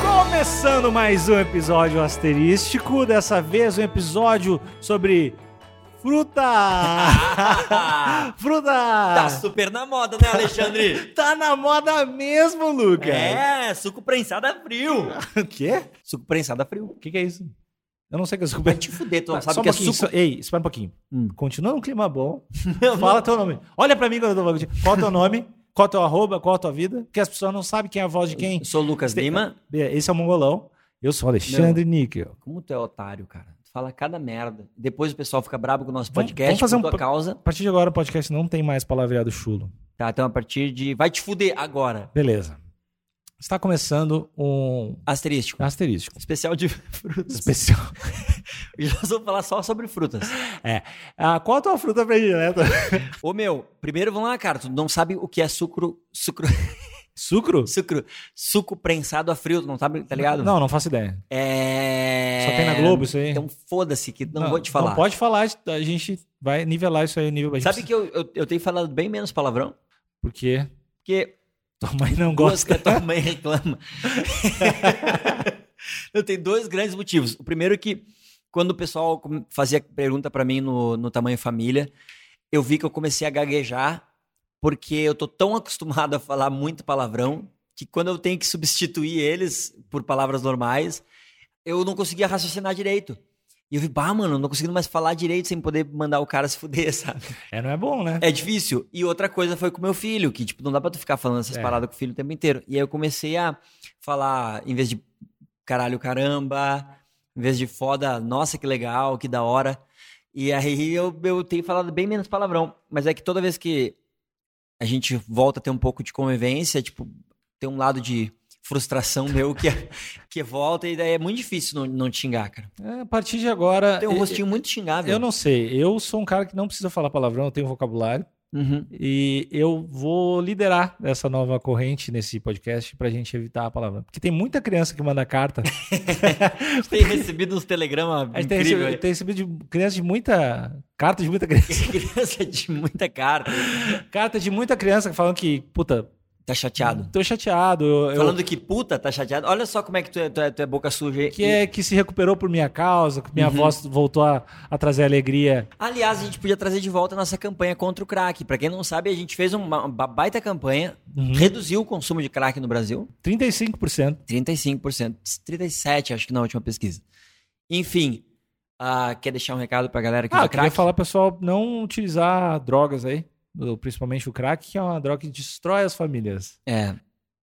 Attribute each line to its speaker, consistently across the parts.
Speaker 1: Começando mais um episódio asterístico, dessa vez um episódio sobre fruta! fruta!
Speaker 2: Tá super na moda, né, Alexandre?
Speaker 1: Tá na moda mesmo, Lucas!
Speaker 2: é, suco prensado a frio.
Speaker 1: O quê?
Speaker 2: Suco prensado a frio.
Speaker 1: O que, que é isso? Eu não sei o que é suco
Speaker 2: Vai te fuder, tu não
Speaker 1: Tá,
Speaker 2: sabe
Speaker 1: só
Speaker 2: o que é
Speaker 1: um pouquinho,
Speaker 2: suco.
Speaker 1: só- Ei, espera um pouquinho.
Speaker 2: Hum.
Speaker 1: Continua num clima bom.
Speaker 2: Não,
Speaker 1: Fala teu nome. Olha pra mim quando eu tô falando contigo. Qual é teu nome? Qual teu arroba? Qual é a tua vida? Porque as pessoas não sabem quem é a voz de quem.
Speaker 2: não. Sou o Lucas Lima.
Speaker 1: Esse é o Mongolão. Eu sou Alexandre Níquel.
Speaker 2: Como tu é otário, cara? Tu fala cada merda. Depois o pessoal fica brabo com o nosso
Speaker 1: Vamos-
Speaker 2: podcast,
Speaker 1: vamos fazer
Speaker 2: por
Speaker 1: um
Speaker 2: tua
Speaker 1: pro-
Speaker 2: causa.
Speaker 1: A partir de agora o podcast não tem mais palavreado chulo.
Speaker 2: Tá, então a partir de... Vai te fuder agora.
Speaker 1: Beleza. Está começando um
Speaker 2: Asterístico.
Speaker 1: asterístico
Speaker 2: Especial de frutas.
Speaker 1: especial.
Speaker 2: E nós vamos falar só sobre frutas.
Speaker 1: Ah, qual a tua fruta predileta?
Speaker 2: Ô, meu, primeiro vamos lá, cara. Tu não sabe o que é sucro... Sucro...
Speaker 1: Sucro?
Speaker 2: Sucro... Suco prensado a frio. Tu não sabe, tá ligado?
Speaker 1: Não, não faço ideia.
Speaker 2: É...
Speaker 1: Só tem na Globo isso aí.
Speaker 2: Então foda-se que não, vou te falar.
Speaker 1: Não pode falar, a gente vai nivelar isso aí, nível. a gente
Speaker 2: Sabe que eu, eu, eu tenho falado bem menos palavrão?
Speaker 1: Porque
Speaker 2: Porque
Speaker 1: tua mãe não
Speaker 2: duas
Speaker 1: gosta.
Speaker 2: que a tua mãe reclama. eu tenho dois grandes motivos. O primeiro é que quando o pessoal com- fazia pergunta pra mim no, no Tamanho Família, eu vi que eu comecei a gaguejar porque eu tô tão acostumado a falar muito palavrão que quando eu tenho que substituir eles por palavras normais, eu não conseguia raciocinar direito. E eu vi, bah, mano, eu não conseguindo mais falar direito sem poder mandar o cara se fuder, sabe?
Speaker 1: É, não é bom, né?
Speaker 2: É difícil. E outra coisa foi com meu filho, que tipo, não dá pra tu ficar falando essas
Speaker 1: É.
Speaker 2: paradas com o filho o tempo inteiro. E aí eu comecei a falar, em vez de caralho, caramba, em vez de foda, nossa, que legal, que da hora. E aí eu, eu tenho falado bem menos palavrão. Mas é que toda vez que a gente volta a ter um pouco de convivência, tipo, tem um lado de frustração meu que, é, que volta e daí é muito difícil não, não te xingar, cara.
Speaker 1: É, a partir de agora.
Speaker 2: Tem um
Speaker 1: eu-
Speaker 2: rostinho muito xingável.
Speaker 1: Ah, Eu não sei. Eu sou um cara que não precisa falar palavrão, eu tenho vocabulário.
Speaker 2: Uhum.
Speaker 1: E eu vou liderar essa nova corrente nesse podcast pra gente evitar a palavra. Porque tem muita criança que manda carta
Speaker 2: Tem recebido uns telegramas
Speaker 1: A gente tem
Speaker 2: incríveis.
Speaker 1: recebido, tem recebido de criança de muita. Carta de muita criança.
Speaker 2: criança de muita carta.
Speaker 1: Carta de muita criança falando que, puta,
Speaker 2: Tá chateado.
Speaker 1: tô chateado. Hum. eu- eu-
Speaker 2: Falando que puta, tá chateado. Olha só como é que tu é, tu é, tu é boca suja.
Speaker 1: que é que se recuperou por minha causa, que minha
Speaker 2: Uhum.
Speaker 1: voz voltou a, a trazer alegria.
Speaker 2: Aliás, a gente podia trazer de volta a nossa campanha contra o crack. Pra quem não sabe, a gente fez uma uma baita campanha,
Speaker 1: Hum.
Speaker 2: reduziu o consumo de crack no Brasil.
Speaker 1: 35%.
Speaker 2: 35%, 37% acho que na última pesquisa. Enfim, ah, quer deixar um recado pra galera que
Speaker 1: Ah,
Speaker 2: usa
Speaker 1: eu queria
Speaker 2: crack?
Speaker 1: falar, pessoal, não utilizar drogas aí. do- Principalmente o crack, que é uma droga que destrói as famílias.
Speaker 2: É.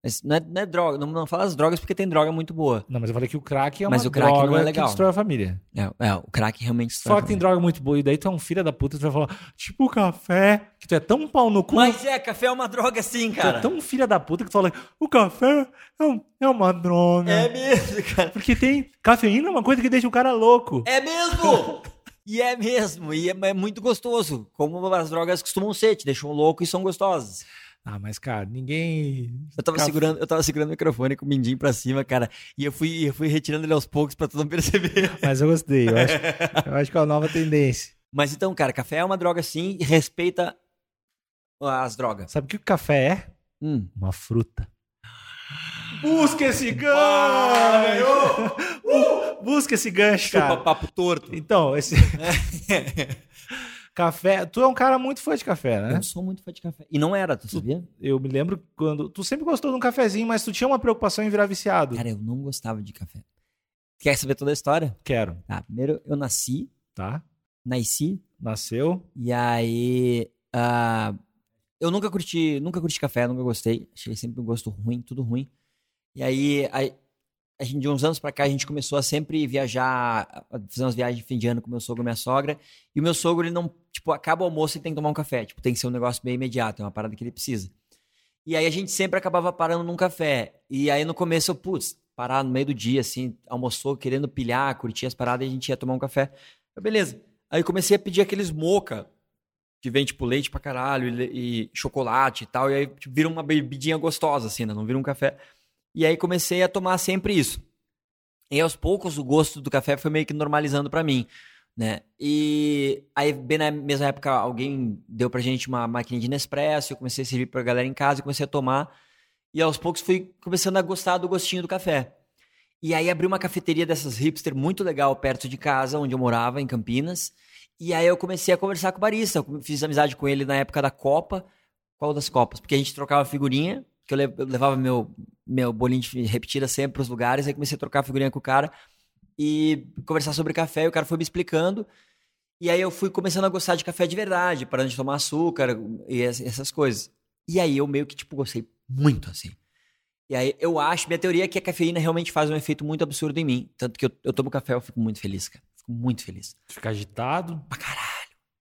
Speaker 2: Mas não é, não é droga, não, não fala as drogas porque tem droga muito boa.
Speaker 1: Não, mas eu falei que o crack é uma
Speaker 2: Mas o crack não
Speaker 1: droga
Speaker 2: é legal.
Speaker 1: que destrói a família.
Speaker 2: É, é, o crack realmente
Speaker 1: Só
Speaker 2: estraga
Speaker 1: que tem droga muito boa. E daí tu é um filho da puta, tu vai falar, tipo o café, que tu é tão pau no cu.
Speaker 2: Mas é, café é uma droga sim, cara.
Speaker 1: Tu é tão filha da puta que tu fala, o café é, um- é uma droga.
Speaker 2: É mesmo, cara.
Speaker 1: Porque tem cafeína é uma coisa que deixa o cara louco.
Speaker 2: É mesmo! E é mesmo, e é, é muito gostoso, como as drogas costumam ser, te deixam louco e são gostosas.
Speaker 1: Ah, mas cara, ninguém.
Speaker 2: Eu tava,
Speaker 1: Caf-
Speaker 2: segurando, eu tava segurando o microfone com o mindinho pra cima, cara, e eu fui, eu fui retirando ele aos poucos pra tu não perceber.
Speaker 1: Mas eu gostei, eu acho, eu acho que é uma nova tendência.
Speaker 2: Mas então, cara, café é uma droga sim, e respeita as drogas.
Speaker 1: Sabe o que o café é?
Speaker 2: Hum.
Speaker 1: Uma fruta. Busca esse Uh, Busca esse gancho,
Speaker 2: Chupa
Speaker 1: cara.
Speaker 2: papo torto.
Speaker 1: Então, esse. café. Tu é um cara muito fã de café,
Speaker 2: Eu
Speaker 1: né?
Speaker 2: não sou muito fã de café. E não era, tu sabia?
Speaker 1: Eu me lembro quando. Tu sempre gostou de um cafezinho, mas tu tinha uma preocupação em virar viciado.
Speaker 2: Cara, eu não gostava de café. Quer saber toda a história?
Speaker 1: Quero,
Speaker 2: Tá, primeiro eu nasci,
Speaker 1: tá?
Speaker 2: nasci,
Speaker 1: Nasceu.
Speaker 2: E aí, ah, eu nunca curti, nunca curti café, nunca gostei. Achei sempre um gosto ruim, tudo ruim. E aí, a, a gente, de uns anos pra cá, a gente começou a sempre viajar, a fazer umas viagens de fim de ano com meu sogro e minha sogra. E o meu sogro, ele não, tipo, acaba o almoço e tem que tomar um café. Tipo, tem que ser um negócio bem imediato, é uma parada que ele precisa. E aí a gente sempre acabava parando num café. E aí no começo eu, putz, parar no meio do dia, assim, almoçou querendo pilhar, curtir as paradas e a gente ia tomar um café. Eu, beleza. Aí eu comecei a pedir aqueles moca, que vem, tipo, leite pra caralho e, le- e chocolate e tal. E aí tipo, vira uma bebidinha gostosa, assim, né? Não vira um café. E aí comecei a tomar sempre isso. E aos poucos o gosto do café foi meio que normalizando pra mim, né? E aí, bem na mesma época, alguém deu pra gente uma máquina de Nespresso, eu comecei a servir pra galera em casa e comecei a tomar. E aos poucos fui começando a gostar do gostinho do café. E aí abri uma cafeteria dessas hipster muito legal perto de casa, onde eu morava, em Campinas. E aí eu comecei a conversar com o barista. Eu fiz amizade com ele na época da Copa. Qual das Copas? Porque a gente trocava figurinha, que eu le- eu levava meu, meu bolinho de repetida sempre pros lugares. Aí comecei a trocar figurinha com o cara e conversar sobre café. E o cara foi me explicando. E aí eu fui começando a gostar de café de verdade, parando de tomar açúcar e es- essas coisas. E aí eu meio que, tipo, gostei muito, assim. E aí eu acho, minha teoria é que a cafeína realmente faz um efeito muito absurdo em mim. Tanto que eu, eu tomo café, eu fico muito feliz, cara. Fico muito feliz.
Speaker 1: Tu fica agitado,
Speaker 2: Pra caralho.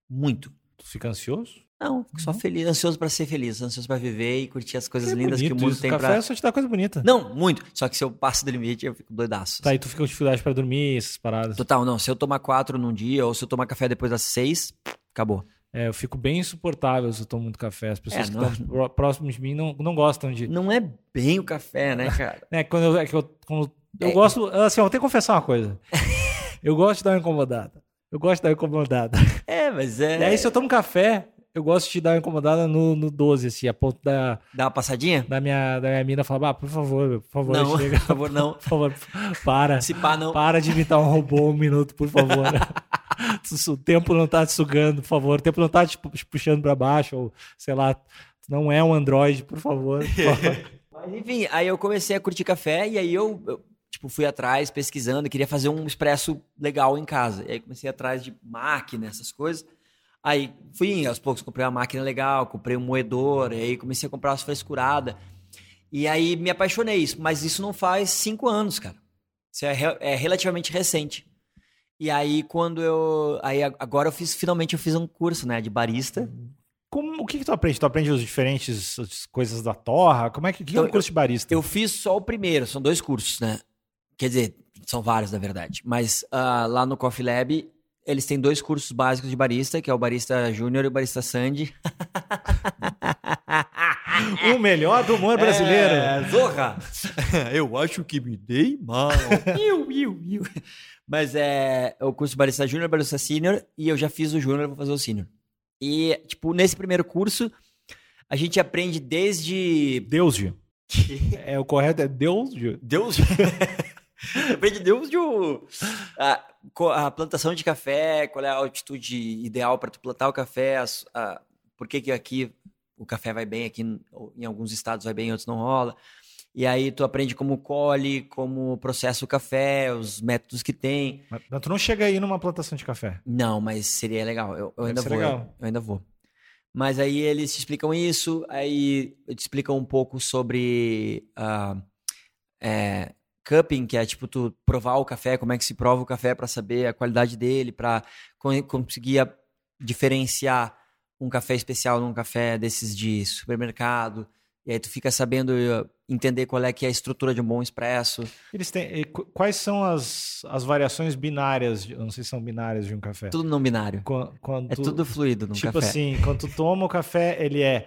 Speaker 2: Muito.
Speaker 1: tu fica ansioso.
Speaker 2: Não, fico
Speaker 1: Uhum.
Speaker 2: só feliz, ansioso pra ser feliz, ansioso pra viver e curtir as coisas
Speaker 1: É
Speaker 2: lindas que o
Speaker 1: bonito
Speaker 2: mundo
Speaker 1: isso,
Speaker 2: tem
Speaker 1: café
Speaker 2: pra.
Speaker 1: só te dá coisa bonita.
Speaker 2: Não, muito. Só que se eu passo do limite, eu fico doidaço. assim.
Speaker 1: Tá, aí tu fica com dificuldade pra dormir, essas paradas.
Speaker 2: Total, não. Se eu tomar quatro num dia, ou se eu tomar café depois das seis, acabou.
Speaker 1: É, eu fico bem insuportável se eu tomo muito café. As pessoas
Speaker 2: É,
Speaker 1: que
Speaker 2: não-
Speaker 1: estão pró- próximas de mim não, não gostam de.
Speaker 2: Não é bem o café, né, cara?
Speaker 1: É, quando eu, é que eu, quando- eu
Speaker 2: É.
Speaker 1: gosto. Assim, ó, eu tenho que confessar uma coisa. eu gosto de dar uma incomodada. Eu gosto de dar uma incomodada.
Speaker 2: É, mas
Speaker 1: E
Speaker 2: é.
Speaker 1: aí, se eu tomo café, eu gosto de dar uma incomodada no, no 12, assim, a ponto da,
Speaker 2: Dá uma passadinha?
Speaker 1: da, minha, da minha mina falar, ah, por favor, meu, por favor,
Speaker 2: Não,
Speaker 1: chega,
Speaker 2: por favor, não.
Speaker 1: por favor, para.
Speaker 2: Se pá, não.
Speaker 1: Para de imitar um robô um minuto, por favor. né? o tempo não tá te sugando, por favor. O tempo não tá te pu- te puxando pra baixo, ou sei lá, tu não é um Android, por favor.
Speaker 2: Mas enfim, aí eu comecei a curtir café e aí eu, eu, tipo, fui atrás pesquisando, queria fazer um expresso legal em casa. E aí comecei atrás de máquina, essas coisas. Aí fui aos poucos, comprei uma máquina legal, comprei um moedor, e aí comecei a comprar as frescuradas. E aí me apaixonei, isso- mas isso não faz cinco anos, cara. Isso é, re- é relativamente recente. E aí quando eu... Aí a- agora eu fiz, finalmente eu fiz um curso, né, de barista.
Speaker 1: Como, o que, que tu aprende? Tu aprende os diferentes as coisas da torra? Como é que, o que é
Speaker 2: Então,
Speaker 1: um curso de barista?
Speaker 2: Eu fiz só o primeiro, são dois cursos, né? Quer dizer, são vários, na verdade. Mas ah, lá no Coffee Lab, eles têm dois cursos básicos de barista, que é o Barista Júnior e o Barista Sandy.
Speaker 1: O melhor do
Speaker 2: É.
Speaker 1: humor É, brasileiro.
Speaker 2: zorra! eu acho que me dei mal. iu, iu, iu. Mas é o curso Barista Júnior, Barista Sênior, e eu já fiz o Júnior, vou fazer o Sênior. E, tipo, nesse primeiro curso, a gente aprende desde
Speaker 1: Deus, Gil. É, o correto é Deus, Gil.
Speaker 2: Deus. Lembrei de Deus de um- a, co- a plantação de café, qual é a altitude ideal para tu plantar o café, as- a- por que que aqui o café vai bem, aqui em- em alguns estados vai bem, em outros não rola. E aí tu aprende como colhe, como processa o café, os métodos que tem.
Speaker 1: Mas tu não chega aí numa plantação de café.
Speaker 2: Não, mas seria legal. Eu, eu
Speaker 1: Deve
Speaker 2: ainda
Speaker 1: ser
Speaker 2: vou. é.
Speaker 1: legal.
Speaker 2: Eu ainda vou. Mas aí eles te explicam isso, aí te explicam um pouco sobre ah, é, cupping, que é tipo tu provar o café, como é que se prova o café para saber a qualidade dele, para conseguir a- diferenciar um café especial num café desses de supermercado. E aí tu fica sabendo eh, entender qual é que é a estrutura de um bom expresso.
Speaker 1: Eles têm. e qu- Quais são as, as variações binárias? de- eu não sei se são binárias de um café.
Speaker 2: É Tudo não binário.
Speaker 1: Qu- Quando,
Speaker 2: É tudo fluido num
Speaker 1: Tipo
Speaker 2: café.
Speaker 1: assim, quando tu toma o café, ele é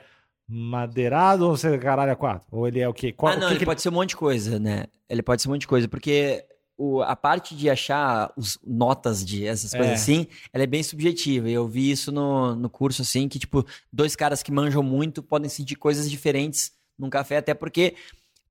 Speaker 1: madeirado ou você caralho a quatro? Ou ele é o quê? Qual,
Speaker 2: ah,
Speaker 1: o
Speaker 2: não,
Speaker 1: que
Speaker 2: ele
Speaker 1: que
Speaker 2: pode ser um monte de coisa, né? Ele pode ser um monte de coisa, porque o- a parte de achar os, notas de essas
Speaker 1: É.
Speaker 2: coisas assim, ela é bem subjetiva. E eu vi isso no, no curso, assim, que, tipo, dois caras que manjam muito podem sentir coisas diferentes num café, até porque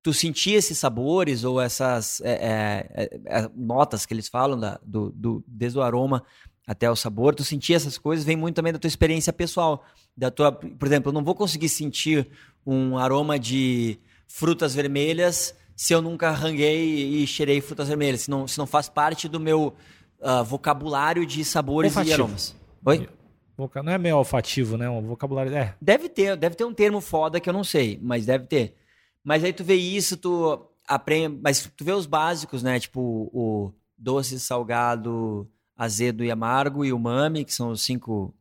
Speaker 2: tu sentir esses sabores ou essas é, é, é, é, notas que eles falam, da- do, do- desde o aroma até o sabor, tu sentir essas coisas vem muito também da tua experiência pessoal. Da tua, por exemplo, eu não vou conseguir sentir um aroma de frutas vermelhas se eu nunca ranguei e cheirei frutas vermelhas, se não, se não faz parte do meu ah, vocabulário de sabores e
Speaker 1: Olfativo.
Speaker 2: aromas. Oi?
Speaker 1: Voca- Não é meio olfativo, né? Um vocabulário. É.
Speaker 2: Deve ter, deve ter um termo foda que eu não sei, mas deve ter. Mas aí tu vê isso, tu aprende, mas tu vê os básicos, né? Tipo o doce, salgado, azedo e amargo e umami, que são os cinco.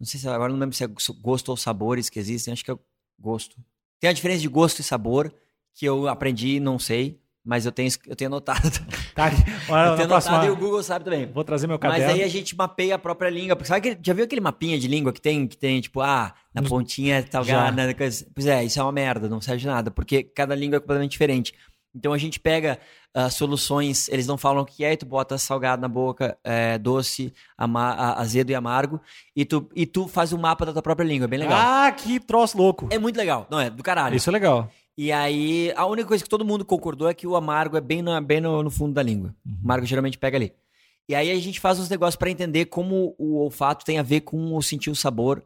Speaker 2: Não sei se agora não lembro se é gosto ou sabores que existem, acho que é gosto. Tem a diferença de gosto e sabor que eu aprendi e não sei, Mas eu tenho, eu tenho anotado.
Speaker 1: Tá, olha,
Speaker 2: eu tenho
Speaker 1: na próxima-
Speaker 2: anotado e o Google sabe também.
Speaker 1: Vou trazer meu
Speaker 2: Mas
Speaker 1: caderno.
Speaker 2: aí é a gente mapeia a própria língua. Porque sabe aquele, já viu aquele mapinha de língua que tem, que tem tipo, ah, na
Speaker 1: Nos-
Speaker 2: pontinha tal
Speaker 1: Já.
Speaker 2: na coisa. Pois é, isso é uma merda, não serve de nada, porque cada língua é completamente diferente. Então a gente pega ah, soluções, eles não falam o que é, e tu bota salgado na boca, eh, doce, ama- a- azedo e amargo, e tu, e tu faz o mapa da tua própria língua, é bem legal.
Speaker 1: Ah, que troço louco.
Speaker 2: É muito legal, não é? Do caralho.
Speaker 1: Isso é legal.
Speaker 2: E aí, a única coisa que todo mundo concordou é que o amargo é bem, na, bem no, no fundo da língua.
Speaker 1: Uhum.
Speaker 2: O amargo geralmente pega ali. E aí a gente faz uns negócios pra entender como o olfato tem a ver com o sentir o sabor.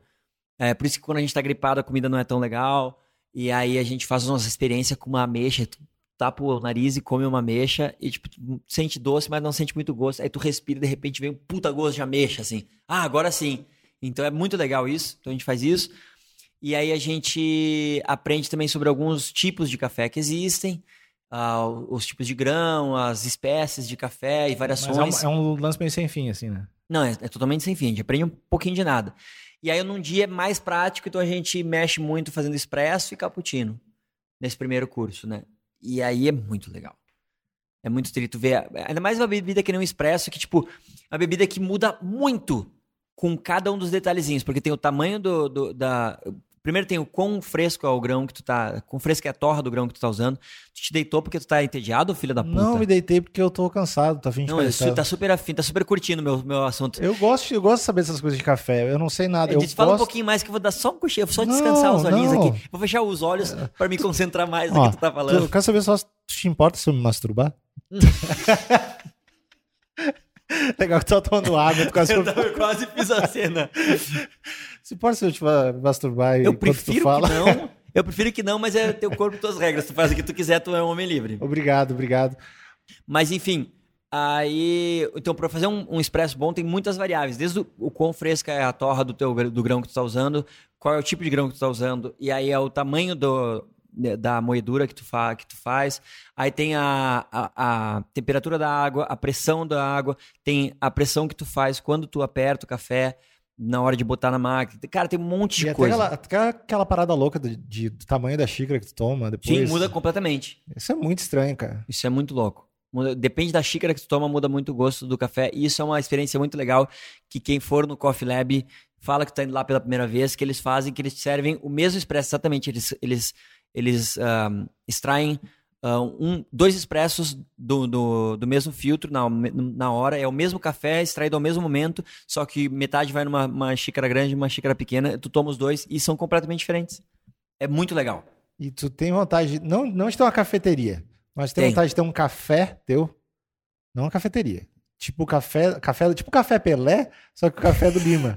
Speaker 2: É, por isso que quando a gente tá gripado, a comida não é tão legal. E aí a gente faz nossa experiência com uma ameixa. Tu tapa o nariz e come uma ameixa e, tipo, tu sente doce, mas não sente muito gosto. Aí tu respira e de repente vem um puta gosto de ameixa, assim. Ah, agora sim. Então é muito legal isso. Então a gente faz isso. E aí a gente aprende também sobre alguns tipos de café que existem, ah, os tipos de grão, as espécies de café e
Speaker 1: Mas
Speaker 2: variações.
Speaker 1: é um, é um lance meio sem fim, assim, né?
Speaker 2: Não, é, é totalmente sem fim, a gente aprende um pouquinho de nada. E aí, num dia mais prático, então a gente mexe muito fazendo expresso e cappuccino nesse primeiro curso, né? E aí é muito legal. É muito trito ver. Ainda mais uma bebida que nem um expresso, que, tipo, é uma bebida que muda muito com cada um dos detalhezinhos, porque tem o tamanho do, do- da. Primeiro tem o quão fresco é o grão que tu tá. Quão fresco é a torra do grão que tu tá usando. Tu te deitou porque tu tá entediado, filha da puta?
Speaker 1: Não me deitei porque eu tô cansado, tá afim de
Speaker 2: Não,
Speaker 1: ficar
Speaker 2: isso
Speaker 1: deitado.
Speaker 2: tá super afim, tá super curtindo o meu, meu assunto.
Speaker 1: Eu gosto, eu gosto de saber essas coisas de café. Eu não sei nada.
Speaker 2: Eu
Speaker 1: Eu
Speaker 2: disse, fala um
Speaker 1: gosto-
Speaker 2: pouquinho mais que eu vou dar só um cochilo, vou só
Speaker 1: Não,
Speaker 2: descansar os olhinhos
Speaker 1: não. É.
Speaker 2: aqui. Vou fechar os olhos pra me concentrar mais no
Speaker 1: Ó,
Speaker 2: que tu tá
Speaker 1: Tu-
Speaker 2: falando.
Speaker 1: Eu quero saber só se tu te importa se eu me masturbar. Legal que tu tá tomando água, tu quase
Speaker 2: Eu, tava- eu quase fiz a cena.
Speaker 1: Se importa se eu te ma- ah, masturbar
Speaker 2: Eu
Speaker 1: enquanto tu
Speaker 2: prefiro
Speaker 1: fala.
Speaker 2: que não. Eu prefiro que não, mas é teu corpo, tuas regras. Tu faz o que tu quiser, tu é um homem livre.
Speaker 1: Obrigado, obrigado.
Speaker 2: Mas enfim, aí. Então, pra fazer um, um expresso bom, tem muitas variáveis. Desde o, o quão fresca é a torra do, teu, gr- do grão que tu tá usando, qual é o tipo de grão que tu tá usando, e aí é o tamanho do, né, da moedura que tu, fa, que tu faz. Aí tem a, a, a temperatura da água, a pressão da água, tem a pressão que tu faz quando tu aperta o café. Na hora de botar na máquina. Cara, tem um monte
Speaker 1: E
Speaker 2: de
Speaker 1: até
Speaker 2: coisa.
Speaker 1: aquela, até aquela parada louca de, de- do tamanho da xícara que tu toma depois.
Speaker 2: Sim, muda completamente.
Speaker 1: Isso é muito estranho, cara.
Speaker 2: Isso é muito louco. Muda- Depende da xícara que tu toma, muda muito o gosto do café. E isso é uma experiência muito legal que quem for no Coffee Lab fala que tá indo lá pela primeira vez, que eles fazem, que eles te servem o mesmo expresso, exatamente. Eles, eles, eles ah, extraem ah, um, dois expressos do, do, do mesmo filtro na, na hora. É o mesmo café extraído ao mesmo momento, só que metade vai numa uma xícara grande, uma xícara pequena. Tu toma os dois e são completamente diferentes. É muito legal.
Speaker 1: E tu tem vontade, de- não, não de ter uma cafeteria, mas tem
Speaker 2: Tenho.
Speaker 1: vontade de ter um café teu, não uma cafeteria. Tipo café, café, tipo café Pelé, só que o café do Lima.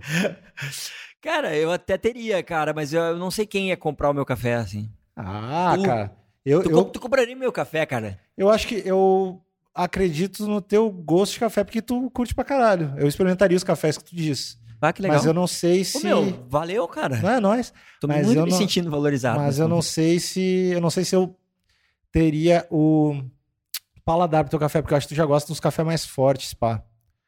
Speaker 2: Cara, eu até teria, cara, mas eu, eu não sei quem ia comprar o meu café, assim.
Speaker 1: Ah,
Speaker 2: Tu-
Speaker 1: cara. Eu,
Speaker 2: Tu,
Speaker 1: eu,
Speaker 2: co- tu compraria meu café, cara?
Speaker 1: eu acho que eu acredito no teu gosto de café, porque tu curte pra caralho. Eu experimentaria os cafés que tu disse.
Speaker 2: Ah, que legal.
Speaker 1: Mas eu não sei
Speaker 2: Ô,
Speaker 1: se.
Speaker 2: meu, valeu, cara.
Speaker 1: Não é nóis.
Speaker 2: Tô
Speaker 1: mas
Speaker 2: muito
Speaker 1: eu
Speaker 2: me
Speaker 1: não-
Speaker 2: sentindo valorizado.
Speaker 1: mas
Speaker 2: nesse
Speaker 1: eu não
Speaker 2: momento.
Speaker 1: sei se. Eu não sei se eu teria o paladar pro teu café, porque eu acho que tu já gosta dos cafés mais fortes, pá.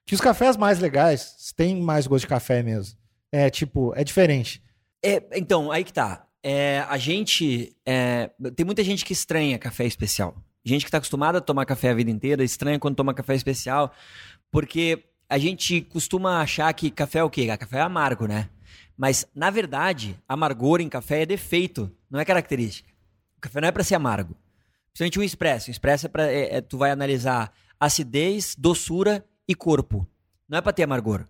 Speaker 1: Que os cafés mais legais têm mais gosto de café mesmo. É tipo, é diferente.
Speaker 2: É, então, aí que tá. É, a gente. é, tem muita gente que estranha café especial. Gente que tá acostumada a tomar café a vida inteira, estranha quando toma café especial, porque a gente costuma achar que café é o quê? Ah, Café é amargo, né? Mas, na verdade, amargor em café é defeito, não é característica. O café não é pra ser amargo. Principalmente um expresso. O expresso é pra. é- é- tu vai analisar acidez, doçura e corpo. Não é pra ter amargor.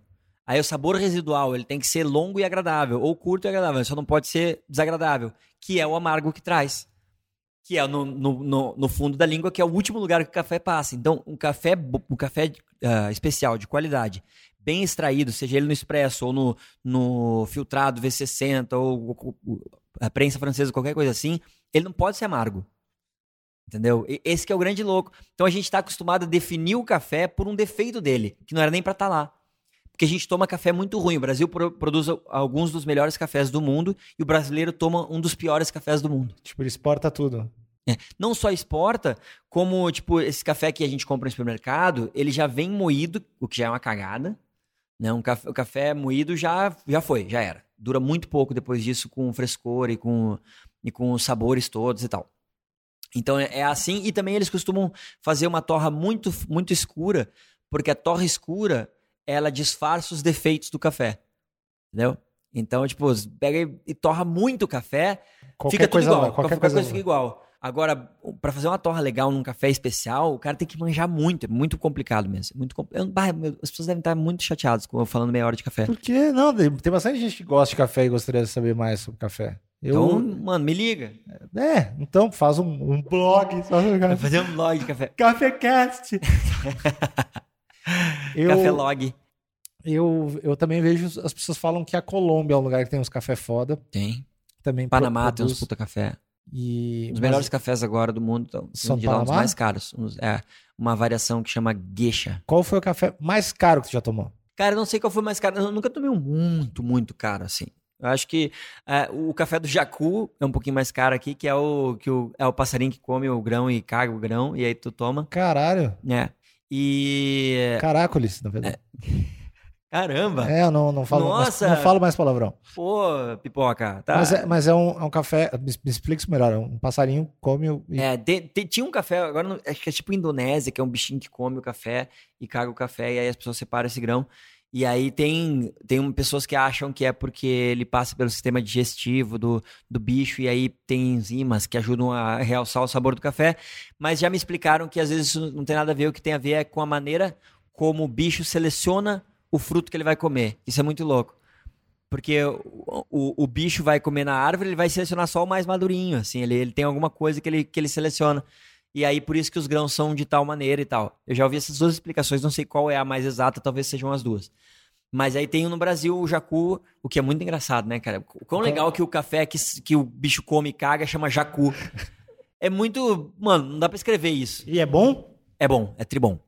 Speaker 2: Aí o sabor residual, ele tem que ser longo e agradável, ou curto e agradável, só não pode ser desagradável, que é o amargo que traz. Que é no, no, no, no fundo da língua, que é o último lugar que o café passa. Então, um café, bo- um café ah, especial, de qualidade, bem extraído, seja ele no expresso ou no, no filtrado V60 ou, co- co- a prensa francesa, qualquer coisa assim, ele não pode ser amargo. Entendeu? E- Esse que é o grande louco. Então a gente está acostumado a definir o café por um defeito dele, que não era nem para estar lá. Porque a gente toma café muito ruim. O Brasil pro- produz al- alguns dos melhores cafés do mundo e o brasileiro toma um dos piores cafés do mundo.
Speaker 1: Tipo, ele exporta tudo.
Speaker 2: Não só exporta, como, tipo, esse café que a gente compra no supermercado, ele já vem moído, o que já é uma cagada. Né? Um café, o café moído já, já foi, já era. Dura muito pouco depois disso com frescor e com, e com os sabores todos e tal. Então é é assim. E também eles costumam fazer uma torra muito, muito escura, porque a torra escura ela disfarça os defeitos do café. Entendeu? Então, tipo, pega e- e torra muito café,
Speaker 1: Qualquer
Speaker 2: fica tudo
Speaker 1: coisa
Speaker 2: igual.
Speaker 1: vai, qualquer coisa vai.
Speaker 2: fica igual. Agora, pra fazer uma torra legal num café especial, o cara tem que manjar muito. É muito complicado mesmo. é Muito compl- Eu- bah, meu, as pessoas devem estar muito chateadas com eu falando meia hora de café.
Speaker 1: Por quê? Não, tem tem bastante gente que gosta de café e gostaria de saber mais sobre café.
Speaker 2: Então,
Speaker 1: Eu,
Speaker 2: mano, me liga.
Speaker 1: É, então faz um, um blog só sobre
Speaker 2: Vai
Speaker 1: café.
Speaker 2: fazer um log de café.
Speaker 1: Cafécast! eu,
Speaker 2: Café log.
Speaker 1: eu, eu também vejo, as pessoas falam que a Colômbia é um lugar que tem uns café foda.
Speaker 2: Tem.
Speaker 1: Também
Speaker 2: Panamá
Speaker 1: pro-
Speaker 2: tem uns
Speaker 1: produz.
Speaker 2: puta café.
Speaker 1: E,
Speaker 2: Os
Speaker 1: mas-
Speaker 2: melhores cafés agora do mundo estão
Speaker 1: São
Speaker 2: são de lá os
Speaker 1: Panamá?
Speaker 2: mais caros. Uns- é uma variação que chama geisha.
Speaker 1: Qual foi o café mais caro que tu já tomou?
Speaker 2: Cara, eu não sei qual foi o mais caro. Eu nunca tomei um muito, muito caro assim. Eu acho que é, o café do Jacu é um pouquinho mais caro aqui, que é o que o, é o passarinho que come o grão e caga o grão e aí tu toma,
Speaker 1: Caralho.
Speaker 2: né? E
Speaker 1: Caracoles, na verdade.
Speaker 2: caramba,
Speaker 1: É, eu não, não, falo, mais,
Speaker 2: Nossa!
Speaker 1: não falo mais palavrão.
Speaker 2: pô, pipoca, tá?
Speaker 1: Mas, é, mas é um, é um café. Me, me explica isso melhor. é Um passarinho come o. e-
Speaker 2: É, te- te- tinha um café, agora não- acho que é tipo Indonésia, que é um bichinho que come o café e caga o café, e aí as pessoas separam esse grão. E aí tem, tem um- pessoas que acham que é porque ele passa pelo sistema digestivo do, do bicho, e aí tem enzimas que ajudam a realçar o sabor do café. Mas já me explicaram que às vezes isso não tem nada a ver, o que tem a ver é com a maneira como o bicho seleciona o fruto que ele vai comer. Isso é muito louco. Porque o, o, o bicho vai comer na árvore, ele vai selecionar só o mais madurinho, assim, ele, ele tem alguma coisa que ele, que ele seleciona. E aí, por isso que os grãos são de tal maneira e tal. Eu já ouvi essas duas explicações, não sei qual é a mais exata, talvez sejam as duas. Mas aí tem um no Brasil o jacu, o que é muito engraçado, né, cara? O quão legal que o café que, s- que o bicho come e caga chama jacu. É muito. Mano, não dá pra escrever isso.
Speaker 1: E é bom,
Speaker 2: É bom, é tribom.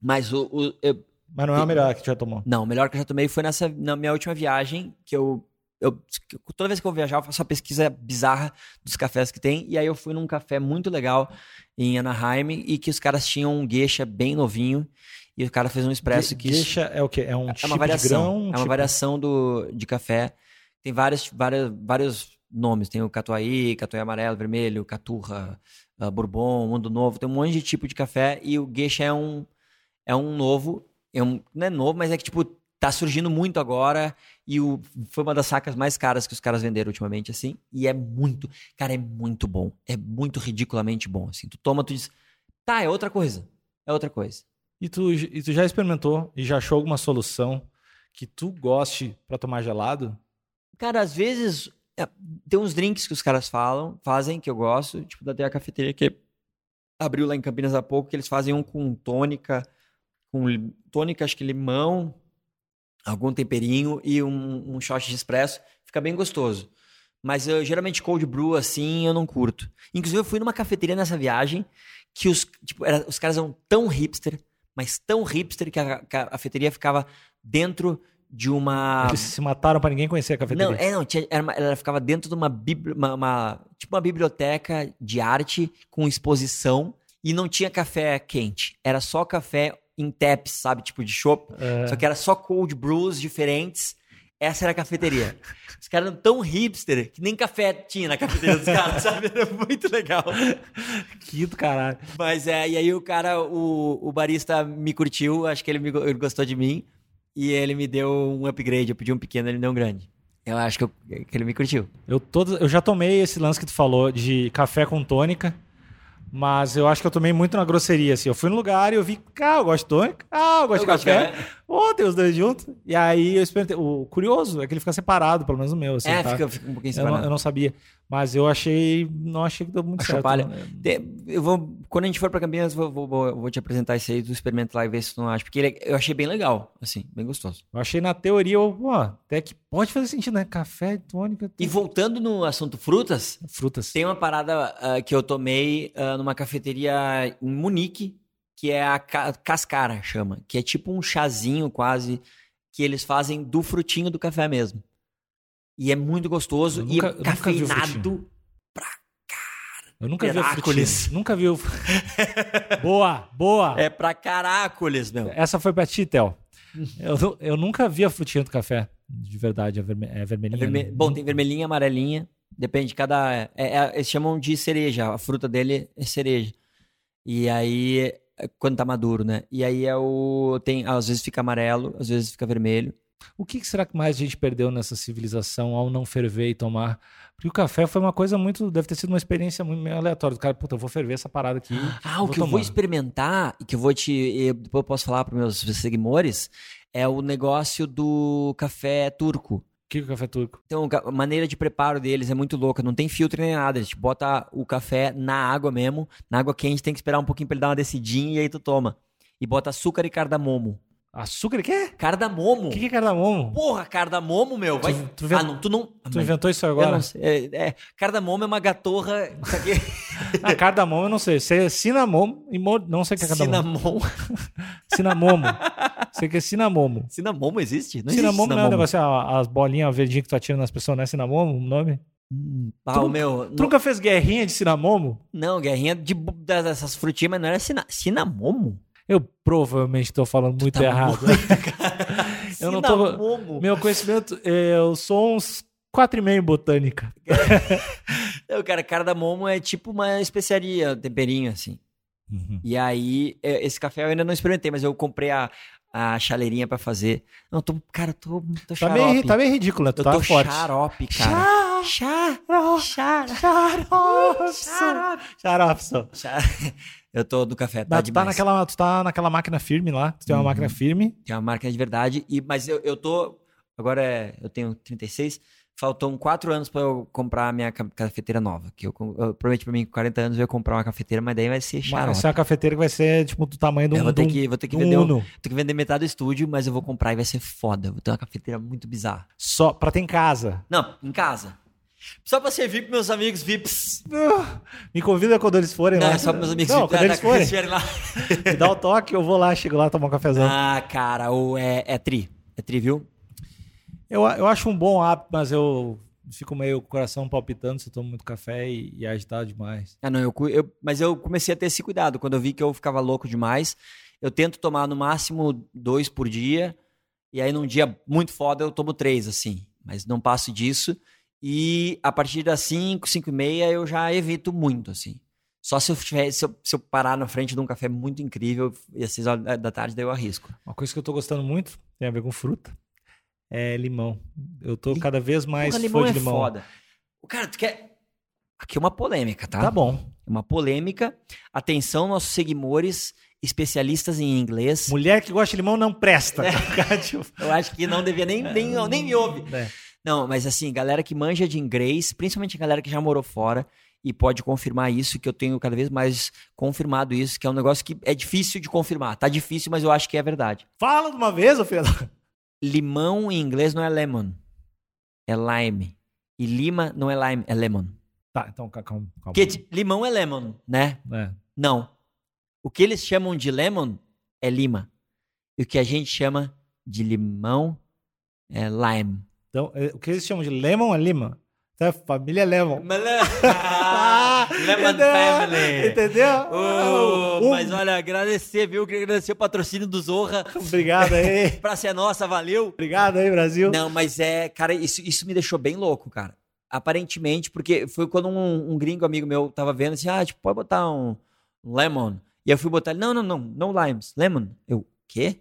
Speaker 2: Mas o, o- eu-
Speaker 1: mas não é o melhor que tu já tomou.
Speaker 2: não, o melhor que eu já tomei foi nessa, na minha última viagem, que eu, eu- que eu- Toda vez que eu viajar, eu faço uma pesquisa bizarra dos cafés que tem. E aí eu fui num café muito legal em Anaheim e que os caras tinham um geisha bem novinho. E o cara fez um expresso que.
Speaker 1: Geisha é o quê? É um
Speaker 2: é
Speaker 1: tipo
Speaker 2: uma
Speaker 1: de
Speaker 2: variação.
Speaker 1: grão? um
Speaker 2: é uma
Speaker 1: tipo-
Speaker 2: variação do, de café. Tem vários, vários, vários nomes. Tem o catuai, catuai amarelo, vermelho, caturra, ah, bourbon, mundo novo. Tem um monte de tipo de café. E o geisha é um, é um novo. É um, não é novo, mas é que, tipo, tá surgindo muito agora. E o, foi uma das sacas mais caras que os caras venderam ultimamente, assim. E é muito... Cara, é muito bom. É muito ridiculamente bom, assim. Tu toma, tu diz... Tá, é outra coisa. É outra coisa.
Speaker 1: E tu, e tu já experimentou e já achou alguma solução que tu goste pra tomar gelado?
Speaker 2: Cara, às vezes é, tem uns drinks que os caras falam, fazem, que eu gosto, tipo da a cafeteria que abriu lá em Campinas há pouco, que eles fazem um com tônica, com li- tônica, acho que limão, algum temperinho e um, um shot de espresso, fica bem gostoso. Mas eu, geralmente cold brew assim eu não curto. Inclusive eu fui numa cafeteria nessa viagem que os, tipo, era- os caras eram tão hipster, mas tão hipster que a, que a cafeteria ficava dentro de uma
Speaker 1: Eles se mataram pra ninguém conhecer a cafeteria.
Speaker 2: Ah. não, é, não, tinha- era uma- ela ficava dentro de uma, bibli- uma- uma- tipo uma biblioteca de arte com exposição e não tinha café quente. Era só café em taps, sabe? Tipo de chopp.
Speaker 1: É.
Speaker 2: Só que era só cold brews diferentes. Essa era a cafeteria. Os caras eram tão hipster que nem café tinha na cafeteria dos caras, sabe? Era muito legal. é
Speaker 1: Que do caralho.
Speaker 2: Mas é, e aí o cara, o, o barista me curtiu, acho que ele, me, go- ele gostou de mim. E ele me deu um upgrade. Eu pedi um pequeno, ele me deu um grande. Eu acho que, eu- que ele me curtiu.
Speaker 1: Eu, todas, eu já tomei esse lance que tu falou de café com tônica, mas eu acho que eu tomei muito na grosseria, assim. Eu fui no lugar e eu vi, ah, eu gosto de tônica, ah, eu gosto de café. Ô, tem os dois juntos. E aí eu experimentei. O curioso é que ele fica separado, pelo menos o meu, assim,
Speaker 2: É,
Speaker 1: tá?
Speaker 2: fica, fica um pouquinho
Speaker 1: eu, não, eu
Speaker 2: separado.
Speaker 1: não sabia. Mas eu achei, não achei que deu muito
Speaker 2: Achou
Speaker 1: certo.
Speaker 2: palha?
Speaker 1: né?
Speaker 2: Tem- Eu vou, quando a gente for pra Campinas, eu vou, vou- vou- eu vou te apresentar esse aí, tu experimenta lá e vê se tu não acha. Porque ele é- eu achei bem legal, assim, bem gostoso.
Speaker 1: Eu achei na teoria, eu, pô, até que pode fazer sentido, né? Café, tônica,
Speaker 2: E
Speaker 1: tem
Speaker 2: voltando no assunto frutas,
Speaker 1: frutas.
Speaker 2: tem uma parada ah, que eu tomei ah, numa cafeteria em Munique, que é a ca- cascara, chama. Que é tipo um chazinho quase, que eles fazem do frutinho do café mesmo. E é muito gostoso
Speaker 1: Eu
Speaker 2: e
Speaker 1: nunca- eu
Speaker 2: é
Speaker 1: nunca vi o frutinho.
Speaker 2: cafeinado.
Speaker 1: Eu nunca vi a
Speaker 2: Herácules.
Speaker 1: frutinha. Nunca vi o... boa, boa.
Speaker 2: É pra caracoles, meu.
Speaker 1: Essa foi pra ti, Theo. Eu, nu- eu nunca vi a frutinha do café. De verdade, é, verme, é vermelhinha.
Speaker 2: É verme-
Speaker 1: né?
Speaker 2: Bom, tem vermelhinha, amarelinha. Depende, cada. é- é- eles chamam de cereja, a fruta dele é cereja. E aí, é quando tá maduro, né? E aí é o. Tem, às vezes fica amarelo, às vezes fica vermelho.
Speaker 1: O que que será que mais a gente perdeu nessa civilização ao não ferver e tomar? Porque o café foi uma coisa muito. Deve ter sido uma experiência muito meio aleatória. Do cara, puta, eu vou ferver essa parada aqui.
Speaker 2: Ah, o
Speaker 1: Vou
Speaker 2: que eu vou
Speaker 1: tomar.
Speaker 2: experimentar e que eu vou te. e depois eu posso falar para meus seguidores é o negócio do café turco.
Speaker 1: Que que é o café turco?
Speaker 2: Então, a maneira de preparo deles é muito louca, não tem filtro nem nada. A gente bota o café na água mesmo, na água quente, tem que esperar um pouquinho pra ele dar uma descidinha e aí tu toma. E bota açúcar e cardamomo.
Speaker 1: Açúcar? O quê?
Speaker 2: Cardamomo?
Speaker 1: O que, que é cardamomo?
Speaker 2: Porra, cardamomo, meu. Vai...
Speaker 1: Tu- tu vê-
Speaker 2: Ah, não, tu não.
Speaker 1: Tu
Speaker 2: Mas-
Speaker 1: inventou isso
Speaker 2: Eu
Speaker 1: agora?
Speaker 2: não sei. É, é, cardamomo é uma gatorra. isso aqui é
Speaker 1: Ah, cardamomo eu não sei. Sei é cinamomo e mo... não sei o que é cardamomo.
Speaker 2: Cinamomo.
Speaker 1: Cinamomo. sei que é cinamomo.
Speaker 2: Cinamomo existe? Não existe.
Speaker 1: cinamomo não é um
Speaker 2: cinamomo.
Speaker 1: negócio, ah, as bolinhas verdinhas que tu atira nas pessoas, não é cinamomo o nome?
Speaker 2: Hum, Ah,
Speaker 1: Tu
Speaker 2: o
Speaker 1: nunca-
Speaker 2: meu.
Speaker 1: Tu nunca fez guerrinha de cinamomo?
Speaker 2: Não, guerrinha de, bu- das- dessas frutinhas, mas não era cina... cinamomo?
Speaker 1: Eu provavelmente tô falando muito
Speaker 2: tá
Speaker 1: errado. Eu não tô-
Speaker 2: Cinamomo.
Speaker 1: Meu conhecimento, é, eu sou uns 4,5 botânica.
Speaker 2: Não, cara, cardamomo é tipo uma especiaria, temperinho, assim.
Speaker 1: Uhum.
Speaker 2: E aí, é, esse café eu ainda não experimentei, mas eu comprei a, a chaleirinha pra fazer. Não, tô, cara, eu tô, tô
Speaker 1: Tá
Speaker 2: xarope.
Speaker 1: meio, tá meio ridícula, tu
Speaker 2: eu
Speaker 1: tá
Speaker 2: tô
Speaker 1: forte.
Speaker 2: xarope, cara. Xá, xá,
Speaker 1: Xaropson.
Speaker 2: xarope.
Speaker 1: Xaropson.
Speaker 2: Xá. Eu tô do café, tá
Speaker 1: Mas tu tá,
Speaker 2: demais.
Speaker 1: naquela, tu tá naquela máquina firme lá. Tu tem uma
Speaker 2: Uhum.
Speaker 1: máquina firme.
Speaker 2: É uma máquina de verdade. E, mas eu, eu tô. Agora é, eu tenho 36. Faltam 4 anos pra eu comprar a minha ca- cafeteira nova. Que eu, com- eu prometi pra mim que com 40 anos eu ia comprar uma cafeteira, mas daí vai ser
Speaker 1: Mas
Speaker 2: xarope. É,
Speaker 1: essa é uma cafeteira que vai ser, tipo, do tamanho de um,
Speaker 2: eu vou
Speaker 1: de
Speaker 2: ter
Speaker 1: um,
Speaker 2: que, vou ter que
Speaker 1: de um
Speaker 2: vender. um-
Speaker 1: Uno.
Speaker 2: Tem que vender metade do estúdio, mas eu vou comprar e vai ser foda. Vou ter uma cafeteira muito bizarra.
Speaker 1: Só pra ter em casa.
Speaker 2: Não, em casa. Só pra servir pros meus amigos VIPs.
Speaker 1: Me convida quando eles forem
Speaker 2: Não,
Speaker 1: lá.
Speaker 2: é só pros meus amigos
Speaker 1: Não,
Speaker 2: VIPs.
Speaker 1: quando
Speaker 2: é,
Speaker 1: eles
Speaker 2: tá,
Speaker 1: forem. Então.
Speaker 2: estiverem lá.
Speaker 1: Me dá o toque, eu vou lá, chego lá, tomar um cafezão.
Speaker 2: Ah, cara, ou é, é tri. É tri, viu?
Speaker 1: Eu, eu acho um bom hábito, mas eu fico meio com o coração palpitando se eu tomo muito café e, e agitado demais.
Speaker 2: Ah, não, eu, cu- eu- mas eu comecei a ter esse cuidado. Quando eu vi que eu ficava louco demais, eu tento tomar no máximo dois por dia. E aí, num dia muito foda, eu tomo três, assim. Mas não passo disso. E a partir das cinco, cinco e meia, eu já evito muito, assim. Só se eu, tiver, se eu, se eu parar na frente de um café muito incrível e às seis horas da- da tarde, daí eu arrisco.
Speaker 1: Uma coisa que eu tô gostando muito, tem a ver com fruta, é limão. Eu tô cada vez mais
Speaker 2: Porra, é
Speaker 1: fã de limão. é
Speaker 2: foda. O cara, tu quer... Aqui é uma polêmica, tá?
Speaker 1: Tá bom.
Speaker 2: Uma polêmica. Atenção, nossos seguidores, especialistas em inglês.
Speaker 1: Mulher que gosta de limão não presta.
Speaker 2: Eu acho que não devia nem, É. nem, nem me ouve.
Speaker 1: É.
Speaker 2: Não, mas assim, galera que manja de inglês, principalmente a galera que já morou fora e pode confirmar isso, que eu tenho cada vez mais confirmado isso, que é um negócio que é difícil de confirmar. Tá difícil, mas eu acho que é verdade.
Speaker 1: Fala de uma vez, ô filho. da-
Speaker 2: Limão em inglês não é lemon, é lime. E lima não é lime, é lemon.
Speaker 1: Tá, então ca- calma. calma.
Speaker 2: Porque t- limão é lemon, né?
Speaker 1: É.
Speaker 2: Não. O que eles chamam de lemon é lima. E o que a gente chama de limão é lime.
Speaker 1: Então, é, o que eles chamam de lemon é lima. Então, é família lemon.
Speaker 2: Ah, Lemon
Speaker 1: entendeu?
Speaker 2: Family.
Speaker 1: Entendeu?
Speaker 2: Oh,
Speaker 1: então, Um-
Speaker 2: Mas olha, agradecer, viu? Queria agradecer o patrocínio do Zorra.
Speaker 1: Obrigado aí.
Speaker 2: Pra ser nossa, valeu.
Speaker 1: Obrigado aí, Brasil.
Speaker 2: Não, mas é, cara, isso, isso me deixou bem louco, cara. Aparentemente, porque foi quando um, um gringo amigo meu tava vendo assim, ah, tipo, pode botar um lemon. E eu fui botar, ele, não, não, não, não limes, lemon. Eu, quê?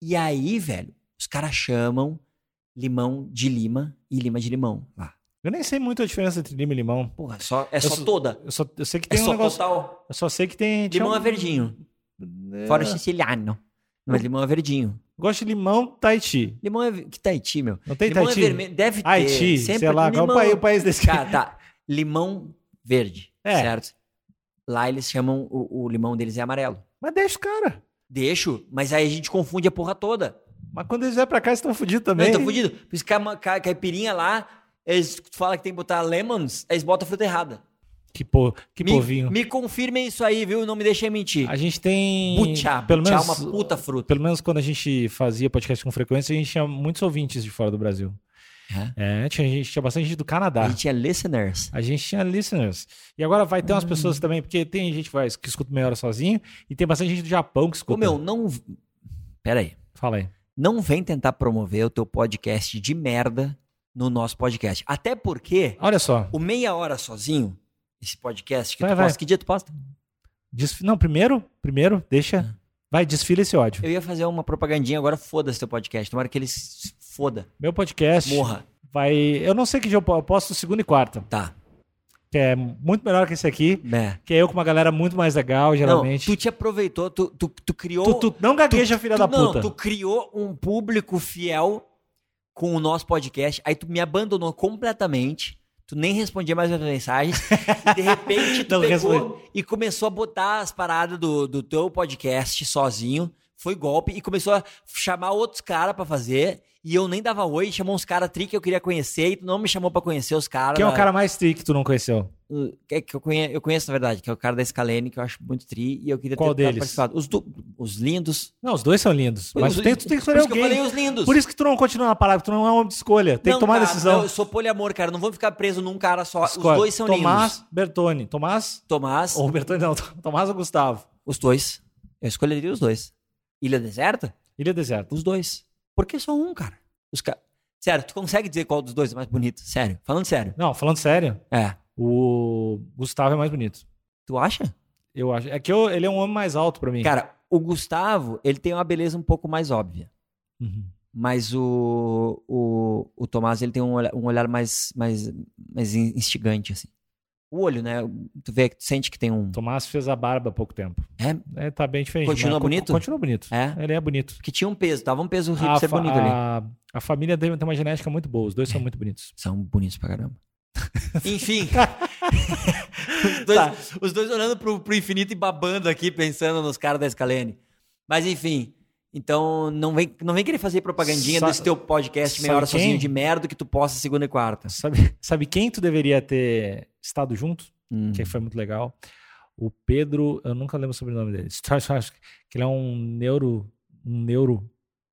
Speaker 2: E aí, velho, os caras chamam limão de lima e lima de limão lá.
Speaker 1: Eu nem sei muito a diferença entre lima e limão.
Speaker 2: Porra, só, é só
Speaker 1: sou-
Speaker 2: toda.
Speaker 1: Eu só eu sei que
Speaker 2: É
Speaker 1: tem um
Speaker 2: só
Speaker 1: negócio.
Speaker 2: total.
Speaker 1: Eu só sei que tem. tinha
Speaker 2: Limão
Speaker 1: um-
Speaker 2: é verdinho.
Speaker 1: É.
Speaker 2: Fora o siciliano. Mas limão é verdinho.
Speaker 1: Gosto de limão Tahiti.
Speaker 2: Limão é. ve- Que Tahiti, meu?
Speaker 1: Não tem
Speaker 2: limão
Speaker 1: Tahiti?
Speaker 2: é vermelho. Deve ter.
Speaker 1: Haiti,
Speaker 2: sempre
Speaker 1: sei lá, qual é o
Speaker 2: limão.
Speaker 1: país, o país desse cara?
Speaker 2: Cara, tá. Limão verde.
Speaker 1: É.
Speaker 2: Certo? Lá eles chamam. O, o limão deles é amarelo.
Speaker 1: Mas deixa os caras.
Speaker 2: Deixo, mas aí a gente confunde a porra toda.
Speaker 1: Mas quando eles vêm pra cá, eles estão fodidos
Speaker 2: Não,
Speaker 1: também.
Speaker 2: eu tô fudido. Por isso que a ma- ca- caipirinha lá, eles falam que tem que botar lemons, eles botam a fruta errada.
Speaker 1: Que, po... que
Speaker 2: me,
Speaker 1: povinho.
Speaker 2: Me confirmem isso aí, viu? Não me deixem mentir.
Speaker 1: A gente tem.
Speaker 2: Butiá.
Speaker 1: pelo
Speaker 2: butiá é
Speaker 1: menos,
Speaker 2: uma puta fruta.
Speaker 1: pelo menos quando a gente fazia podcast com frequência, a gente tinha muitos ouvintes de fora do Brasil. É, tinha, a gente tinha bastante gente do Canadá.
Speaker 2: A gente é listeners.
Speaker 1: A gente tinha listeners. E agora vai ter
Speaker 2: Hum.
Speaker 1: umas pessoas também, porque tem gente que, vai, que escuta meia hora sozinho e tem bastante gente do Japão que
Speaker 2: Ô,
Speaker 1: escuta.
Speaker 2: meu, não. Pera aí.
Speaker 1: Fala aí.
Speaker 2: Não vem tentar promover o teu podcast de merda no nosso podcast. Até porque
Speaker 1: Olha só.
Speaker 2: o Meia Hora Sozinho, esse podcast que
Speaker 1: Vai,
Speaker 2: tu
Speaker 1: vai.
Speaker 2: posta, que dia tu posta?
Speaker 1: desf- Não, primeiro, primeiro, deixa. Vai, desfila esse ódio.
Speaker 2: Ah. Eu ia fazer uma propagandinha agora, foda-se teu podcast. Tomara que ele se foda,
Speaker 1: Meu podcast
Speaker 2: morra.
Speaker 1: vai. Eu não sei que dia eu po- eu posto segunda e quarta,
Speaker 2: Tá,
Speaker 1: que é muito melhor que esse aqui,
Speaker 2: né?
Speaker 1: que é eu com uma galera muito mais legal, geralmente.
Speaker 2: Não, tu te aproveitou, tu, tu, tu criou...
Speaker 1: Tu, tu não gagueja, filha
Speaker 2: tu-
Speaker 1: da
Speaker 2: não,
Speaker 1: puta.
Speaker 2: tu criou um público fiel com o nosso podcast, aí tu me abandonou completamente, tu nem respondia mais as minhas mensagens, e de repente tu
Speaker 1: Não
Speaker 2: pegou
Speaker 1: respondi.
Speaker 2: e começou a botar as paradas do, do teu podcast sozinho, foi golpe, e começou a chamar outros caras pra fazer, e eu nem dava oi, chamou uns caras tri que eu queria conhecer, e tu não me chamou pra conhecer os caras.
Speaker 1: Quem é o
Speaker 2: da-
Speaker 1: cara mais tri que tu não conheceu?
Speaker 2: Uh, que, que eu, conheço, eu conheço, na verdade, que é o cara da Scalene, que eu acho muito tri, e eu queria
Speaker 1: Qual
Speaker 2: ter
Speaker 1: deles?
Speaker 2: participado. Os, du- os lindos.
Speaker 1: Não, os dois são lindos. Mas
Speaker 2: os,
Speaker 1: tu tem, tu tem que escolher
Speaker 2: Por isso que eu falei
Speaker 1: alguém.
Speaker 2: os lindos.
Speaker 1: Por isso que tu não continua na parada, que tu não é um homem de escolha. Tem
Speaker 2: Não,
Speaker 1: que tomar
Speaker 2: cara,
Speaker 1: decisão.
Speaker 2: não, eu sou poliamor, cara. Não vou ficar preso num cara só.
Speaker 1: Escolhe.
Speaker 2: Os dois são
Speaker 1: Tomás,
Speaker 2: lindos.
Speaker 1: Bertone. Tomás.
Speaker 2: Tomás,
Speaker 1: Ou Bertone não, Tomás ou Gustavo?
Speaker 2: os dois. Eu escolheria os dois. Ilha Deserta?
Speaker 1: Ilha Deserta.
Speaker 2: Os dois. Por que só um, cara? Os ca... Sério, tu consegue dizer qual dos dois é mais bonito? Sério, falando sério.
Speaker 1: Não, falando sério,
Speaker 2: É.
Speaker 1: o Gustavo é mais bonito.
Speaker 2: Tu acha?
Speaker 1: Eu acho. É que eu- ele é um homem mais alto pra mim.
Speaker 2: Cara, o Gustavo, ele tem uma beleza um pouco mais óbvia.
Speaker 1: Uhum.
Speaker 2: Mas o, o, o Tomás, ele tem um olhar, um olhar mais, mais, mais in- instigante, assim. O olho, né? Tu vê, tu sente que tem um...
Speaker 1: Tomás fez a barba há pouco tempo.
Speaker 2: É?
Speaker 1: É, tá bem diferente.
Speaker 2: Continua
Speaker 1: mas co-
Speaker 2: bonito?
Speaker 1: Continua bonito.
Speaker 2: É?
Speaker 1: Ele é bonito.
Speaker 2: Porque tinha um peso, tava um peso
Speaker 1: A,
Speaker 2: hipster
Speaker 1: Ah, fa-
Speaker 2: bonito ali. É.
Speaker 1: a- a família dele tem uma genética muito boa. Os dois são muito bonitos.
Speaker 2: São bonitos pra caramba. Enfim. os, dois,
Speaker 1: Tá.
Speaker 2: os dois olhando pro, pro infinito e babando aqui, pensando nos caras da Scalene. Mas enfim. Então, não vem, não vem querer fazer propagandinha
Speaker 1: Sa-
Speaker 2: desse teu podcast meia
Speaker 1: sabe
Speaker 2: hora sozinho
Speaker 1: quem?
Speaker 2: de merda que tu posta segunda e quarta.
Speaker 1: Sabe, sabe quem tu deveria ter estado junto?
Speaker 2: Hum.
Speaker 1: Que foi muito legal. O Pedro, eu nunca lembro o sobrenome dele. Strasovski, Que ele é um neuro. Um neuro.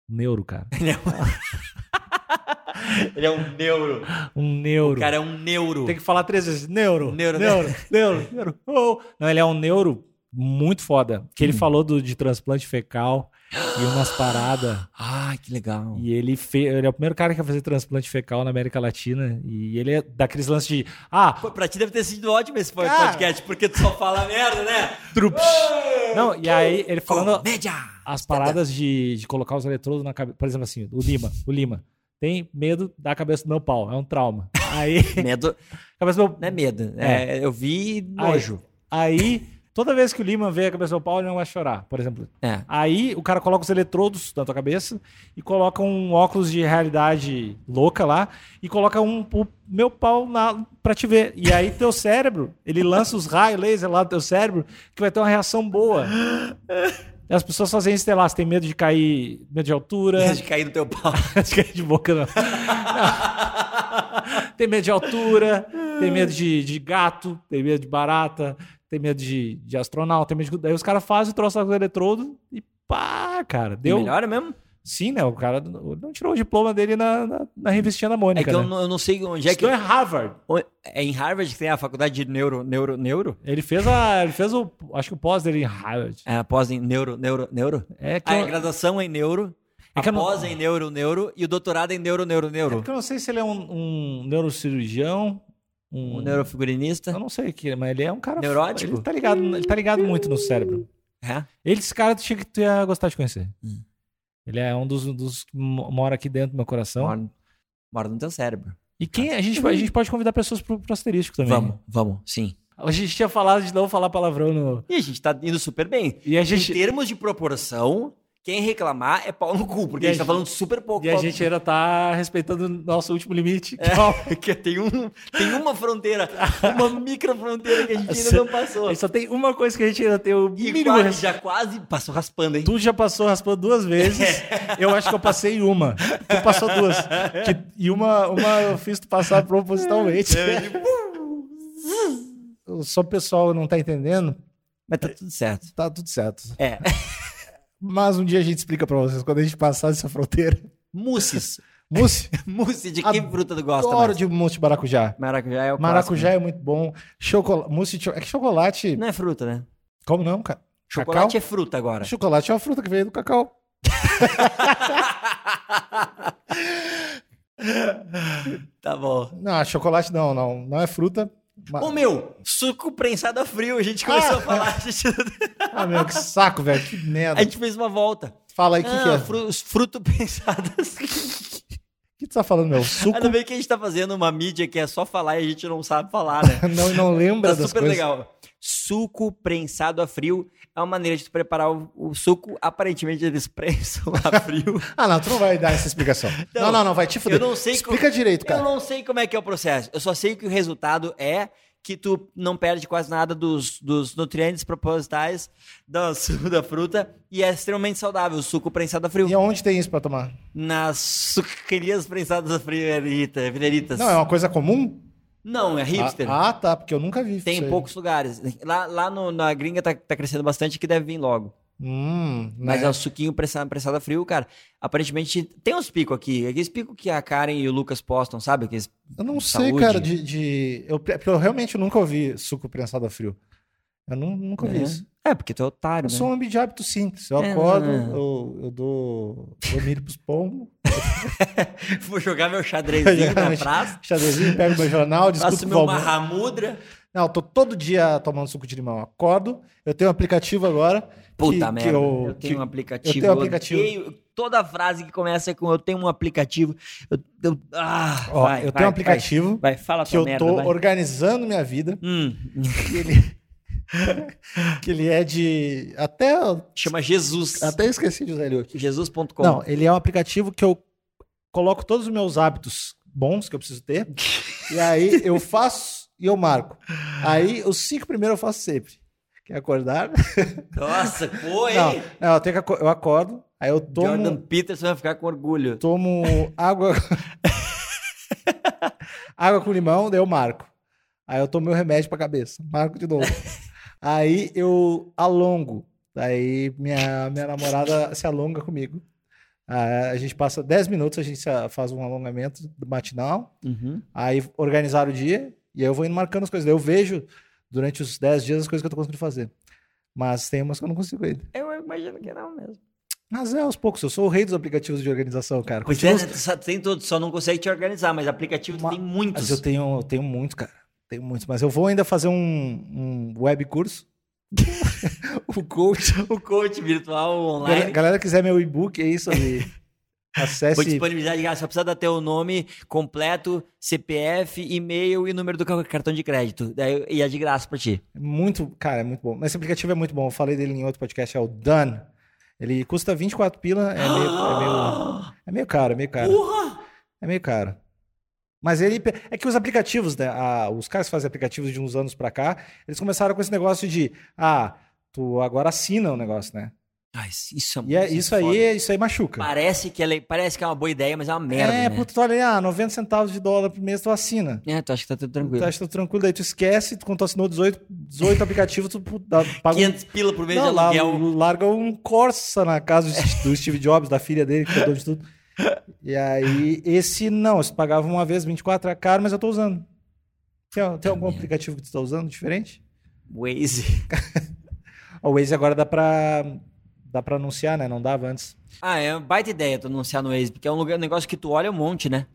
Speaker 1: Neuro, cara.
Speaker 2: Ele é um neuro.
Speaker 1: Um neuro.
Speaker 2: O cara é um neuro.
Speaker 1: Tem que falar três vezes. Neuro.
Speaker 2: Neuro,
Speaker 1: Neuro,
Speaker 2: né?
Speaker 1: neuro, neuro, neuro. Oh. Não, ele é um neuro muito foda. Que ele
Speaker 2: Hum.
Speaker 1: falou do, de transplante fecal e umas paradas.
Speaker 2: Ai, Ah, que legal.
Speaker 1: E ele, fe... ele é o primeiro cara que vai fazer transplante fecal na América Latina. E ele é daqueles lances de. Ah!
Speaker 2: Pô, Pra ti deve ter sido ótimo esse
Speaker 1: Cara.
Speaker 2: podcast, porque tu só fala merda, né?
Speaker 1: Trups. Não, e aí ele falando
Speaker 2: Comédia!
Speaker 1: as paradas de, de colocar os eletrodos na cabeça. Por exemplo, assim, o Lima. O Lima. Tem medo da cabeça do meu pau. É um trauma. Aí.
Speaker 2: Medo,
Speaker 1: cabeça do meu...
Speaker 2: não é medo. É, eu vi nojo.
Speaker 1: aí, toda vez que o Lima vê a cabeça do meu pau, ele não vai chorar, por exemplo.
Speaker 2: É.
Speaker 1: Aí o cara coloca os eletrodos na tua cabeça e coloca um óculos de realidade louca lá e coloca um, o meu pau na, pra te ver. E aí teu cérebro, ele lança os raios laser lá do teu cérebro que vai ter uma reação boa. As pessoas fazem isso, sei lá, se tem medo de cair, medo de altura,
Speaker 2: De cair no teu pau.
Speaker 1: de cair é de boca não. Não. Tem medo de altura, tem medo de, de gato, tem medo de barata, tem medo de, de astronauta, tem medo de... Daí os caras fazem o troço lá com o eletrodo e pá, cara, deu...
Speaker 2: Melhora mesmo?
Speaker 1: Sim, né? O cara não não tirou o diploma dele na, na, na revistinha da Mônica,
Speaker 2: É que eu
Speaker 1: né?
Speaker 2: não, eu não sei onde é que.
Speaker 1: Estudou em Harvard.
Speaker 2: É em Harvard que tem a faculdade de neuro. Neuro. Neuro?
Speaker 1: Ele fez a. Ele fez o. Acho que o pós dele em Harvard.
Speaker 2: É, após em neuro. Neuro. Neuro?
Speaker 1: É que,
Speaker 2: Ah,
Speaker 1: eu,
Speaker 2: é graduação em neuro.
Speaker 1: É que eu não-
Speaker 2: após em neuro. Neuro. E o doutorado em neuro. Neuro.
Speaker 1: é
Speaker 2: Neuro.
Speaker 1: porque eu não sei se ele é um, um neurocirurgião. Um,
Speaker 2: Um neurofigurinista.
Speaker 1: Eu não sei o que, mas ele é um cara.
Speaker 2: Neurótico?
Speaker 1: Ele tá ligado, ele tá ligado muito no cérebro.
Speaker 2: É.
Speaker 1: Ele, esse cara, tu tinha que tu ia gostar de conhecer.
Speaker 2: Hum.
Speaker 1: Ele é um dos, dos que mo- mora aqui dentro do meu coração.
Speaker 2: Mora, mora no teu cérebro.
Speaker 1: E quem a gente, vai- a gente pode convidar pessoas pro, pro asterisco também.
Speaker 2: Vamos, vamos, sim.
Speaker 1: A gente tinha falado de não falar palavrão no.
Speaker 2: E a gente tá indo super bem.
Speaker 1: E a
Speaker 2: Em
Speaker 1: gente.
Speaker 2: termos de proporção, quem reclamar é pau no cu, porque
Speaker 1: E
Speaker 2: a
Speaker 1: a
Speaker 2: gente tá
Speaker 1: gente-
Speaker 2: falando super pouco.
Speaker 1: E a
Speaker 2: pau-
Speaker 1: gente ainda tá respeitando o nosso último limite. que é o-
Speaker 2: Porque tem, um, tem uma fronteira, uma micro fronteira que a gente ainda não
Speaker 1: A
Speaker 2: passou.
Speaker 1: gente só tem uma coisa que a gente ainda tem o
Speaker 2: E
Speaker 1: mínimo.
Speaker 2: quase,
Speaker 1: res-
Speaker 2: já quase passou raspando, hein?
Speaker 1: Tu já passou raspando duas vezes. Eu acho que eu passei uma. Tu passou duas. Que- E uma, uma eu fiz tu passar propositalmente.
Speaker 2: É,
Speaker 1: Só o pessoal não tá entendendo,
Speaker 2: Mas tá tudo certo.
Speaker 1: tá tudo certo.
Speaker 2: É.
Speaker 1: Mas um dia a gente explica pra vocês quando a gente passar essa fronteira.
Speaker 2: Mousses.
Speaker 1: Mousse,
Speaker 2: Mousse de que
Speaker 1: Adoro
Speaker 2: fruta tu gosta
Speaker 1: adoro
Speaker 2: mais?
Speaker 1: de mousse de maracujá.
Speaker 2: Maracujá é o
Speaker 1: Maracujá é muito bom. Chocola... Mousse de cho- É que chocolate.
Speaker 2: clássico. Não é fruta, né?
Speaker 1: Como não, cara?
Speaker 2: Chocolate
Speaker 1: Cacau?
Speaker 2: é fruta agora.
Speaker 1: Chocolate é uma fruta que veio do cacau.
Speaker 2: Tá bom.
Speaker 1: Não, Ah, chocolate não, não. Não é fruta. mas-
Speaker 2: Ô meu, suco prensado a frio, a gente começou
Speaker 1: Ah!
Speaker 2: a falar. A gente,
Speaker 1: Ah, meu, que saco, velho. Que
Speaker 2: a
Speaker 1: merda.
Speaker 2: gente fez uma volta.
Speaker 1: Fala aí, o que,
Speaker 2: ah,
Speaker 1: que é? O
Speaker 2: fru- os fruto prensado.
Speaker 1: que tu tá falando, meu? Suco?
Speaker 2: Ainda bem que a gente tá fazendo uma mídia que é só falar e a gente não sabe falar, né?
Speaker 1: Não, não lembra
Speaker 2: Tá
Speaker 1: das
Speaker 2: super
Speaker 1: coisas.
Speaker 2: legal. Suco prensado a frio é uma maneira de tu preparar o, o suco. Aparentemente eles prensam a frio.
Speaker 1: Ah, não, tu não vai dar essa explicação.
Speaker 2: Não,
Speaker 1: não, não, não, vai te fuder.
Speaker 2: eu não sei
Speaker 1: Explica direito, cara.
Speaker 2: Eu não sei como é que é o processo. Eu só sei que o resultado é que tu não perde quase nada dos, dos nutrientes propositais da, su- da fruta e é extremamente saudável o suco prensado a frio.
Speaker 1: E aonde tem isso pra tomar?
Speaker 2: Nas sucrilhas prensadas a frio, é Erita, Vineritas.
Speaker 1: Não, é uma coisa comum?
Speaker 2: Não, é hipster.
Speaker 1: Ah, ah, tá, porque eu nunca vi
Speaker 2: Tem
Speaker 1: isso
Speaker 2: em
Speaker 1: aí.
Speaker 2: poucos lugares. Lá, lá no- na gringa tá, tá crescendo bastante que deve vir logo.
Speaker 1: Hum,
Speaker 2: Mas
Speaker 1: né?
Speaker 2: é o suquinho pressado, pressado a frio, cara. Aparentemente tem uns picos aqui. Aqueles picos que a Karen e o Lucas postam, sabe? Aqueles
Speaker 1: Eu não sei,
Speaker 2: saúde. né?
Speaker 1: cara, de. de- Eu, é porque eu realmente nunca ouvi suco prensado a frio. Eu nu- nunca ouvi
Speaker 2: É.
Speaker 1: isso.
Speaker 2: É, porque tu é otário,
Speaker 1: Eu
Speaker 2: né?
Speaker 1: sou um homem de hábito simples. Eu
Speaker 2: É,
Speaker 1: acordo,
Speaker 2: não, não,
Speaker 1: eu, eu dou. Eu milho pros pombos,
Speaker 2: Vou jogar meu xadrezinho na
Speaker 1: Geralmente,
Speaker 2: praça,
Speaker 1: xadrezinho, pego meu jornal, discuto
Speaker 2: faço
Speaker 1: com
Speaker 2: meu
Speaker 1: o Valmir.
Speaker 2: marramudra.
Speaker 1: Não, eu tô todo dia tomando suco de limão. Acordo, eu tenho um aplicativo agora.
Speaker 2: Puta
Speaker 1: que,
Speaker 2: merda,
Speaker 1: que
Speaker 2: eu,
Speaker 1: eu,
Speaker 2: tenho um
Speaker 1: que-
Speaker 2: aplicativo.
Speaker 1: eu tenho um aplicativo.
Speaker 2: odeio toda frase que começa com eu tenho um aplicativo. Eu, eu- ah,
Speaker 1: Ó,
Speaker 2: vai,
Speaker 1: eu
Speaker 2: vai,
Speaker 1: tenho um aplicativo
Speaker 2: Vai, vai fala
Speaker 1: que
Speaker 2: tua
Speaker 1: eu
Speaker 2: merda.
Speaker 1: tô
Speaker 2: vai.
Speaker 1: organizando minha vida.
Speaker 2: Hum,
Speaker 1: Que ele, que ele é de. Até,
Speaker 2: chama Jesus.
Speaker 1: até esqueci de usar ele hoje.
Speaker 2: Jesus.com.
Speaker 1: Ah, Não, ele é um aplicativo que eu coloco todos os meus hábitos bons que eu preciso ter. e aí eu faço e eu marco. Aí os cinco primeiros eu faço sempre. Quer acordar?
Speaker 2: Nossa, foi.
Speaker 1: Não, não, eu, tenho que aco- eu acordo, aí eu
Speaker 2: Jordan
Speaker 1: tomo,
Speaker 2: Peterson vai ficar com orgulho.
Speaker 1: tomo água. água com limão, daí eu marco. Aí eu tomo meu remédio pra cabeça. Marco de novo. aí eu alongo. Daí minha, minha namorada se alonga comigo. Ah, a gente passa 10 minutos, a gente se a- faz um alongamento matinal.
Speaker 2: Uhum.
Speaker 1: Aí organizar o dia. E aí eu vou indo marcando as coisas. Daí eu vejo durante os 10 dias as coisas que eu tô conseguindo fazer. Mas tem umas que eu não consigo ainda.
Speaker 2: Eu imagino que não mesmo.
Speaker 1: Mas é aos poucos. Eu sou o rei dos aplicativos de organização, cara.
Speaker 2: Pois é, tu só- tem todos, só não consegue te organizar, mas aplicativo tu
Speaker 1: Ma-
Speaker 2: tem muitos.
Speaker 1: Mas eu tenho, eu tenho muitos, cara. Tenho muitos. Mas eu vou ainda fazer um, um web curso. o coach.
Speaker 2: O coach virtual online.
Speaker 1: Galera, galera quiser meu e-book, é isso ali.
Speaker 2: Vou
Speaker 1: Acesse.
Speaker 2: disponibilizar de graça. Só precisa dar teu nome completo, CPF, e-mail e número do ca- cartão de crédito. Daí, e é de graça pra ti.
Speaker 1: Muito, cara, é muito bom. Mas esse aplicativo é muito bom. Eu falei dele em outro podcast, é o Done. Ele custa 24 pila, é meio, é meio, é meio caro, é meio caro.
Speaker 2: Porra!
Speaker 1: É meio caro. Mas ele. É que os aplicativos, né? ah, os caras que fazem aplicativos de uns anos pra cá, eles começaram com esse negócio de. Ah, tu agora assina o negócio, né?
Speaker 2: Ai, isso é
Speaker 1: E é,
Speaker 2: muito
Speaker 1: isso, aí,
Speaker 2: foda.
Speaker 1: isso aí machuca.
Speaker 2: Parece que, ela, parece que é uma boa ideia, mas é uma merda.
Speaker 1: é,
Speaker 2: né?
Speaker 1: puta, tu olha aí, ah, 90 centavos de dólar por mês tu assina.
Speaker 2: É, tu acha que tá tudo
Speaker 1: Tu
Speaker 2: tranquilo.
Speaker 1: acha que tá tranquilo, daí tu esquece, tu, quando tu assinou 18, 18 aplicativos, tu pu- dá- paga um
Speaker 2: 500 Tá pila por mês
Speaker 1: Não,
Speaker 2: de
Speaker 1: lá,
Speaker 2: aluguel.
Speaker 1: larga um Corsa na casa do- do Steve Jobs, da filha dele, que é dono de tudo. E aí, esse não, se pagava uma vez 24, é caro, mas eu tô usando. Tem, tem algum aplicativo que tu tá usando diferente? Ah,
Speaker 2: Waze.
Speaker 1: O Waze agora dá pra, dá pra anunciar, né? Não dava antes.
Speaker 2: Ah, é uma baita ideia tu anunciar no Waze, porque é um, lugar, um negócio que tu olha um monte, né?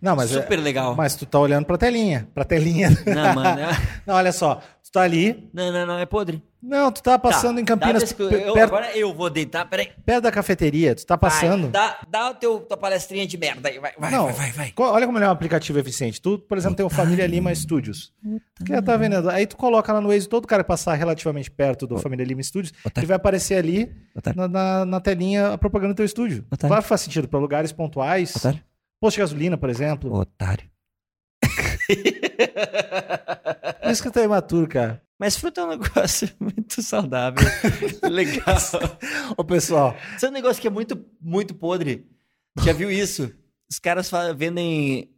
Speaker 1: Não, mas, é-
Speaker 2: Super legal.
Speaker 1: mas tu tá olhando pra telinha, pra telinha.
Speaker 2: Não, mano. é-
Speaker 1: Não, olha só, tu tá ali,
Speaker 2: Não, não, não, é podre.
Speaker 1: não, tu tá passando
Speaker 2: Tá,
Speaker 1: em Campinas,
Speaker 2: dá
Speaker 1: pe-
Speaker 2: desse- eu-
Speaker 1: perto,
Speaker 2: agora eu vou deitar, peraí.
Speaker 1: perto da cafeteria, tu tá passando...
Speaker 2: Vai, dá dá o teu, tua palestrinha de merda aí, vai, vai,
Speaker 1: Não.
Speaker 2: vai, vai, vai.
Speaker 1: Co- Olha como ele é um aplicativo eficiente. Tu, por exemplo, tem o Família Lima Studios. Que é, tá vendendo. Aí tu coloca lá no Waze, todo cara que passar relativamente perto do Família Lima Studios,
Speaker 2: Otário.
Speaker 1: ele vai aparecer ali
Speaker 2: Otário.
Speaker 1: na, na- na telinha a propaganda do teu estúdio.
Speaker 2: Otário.
Speaker 1: Claro que faz sentido, para lugares pontuais.
Speaker 2: Otário.
Speaker 1: Posto de gasolina, por exemplo.
Speaker 2: Otário.
Speaker 1: Por isso que tu é imaturo, cara.
Speaker 2: Mas fruta é um negócio muito saudável. Legal.
Speaker 1: Ô, pessoal,
Speaker 2: Isso é um negócio que é muito, muito podre. Já viu isso? Os caras fa- vendem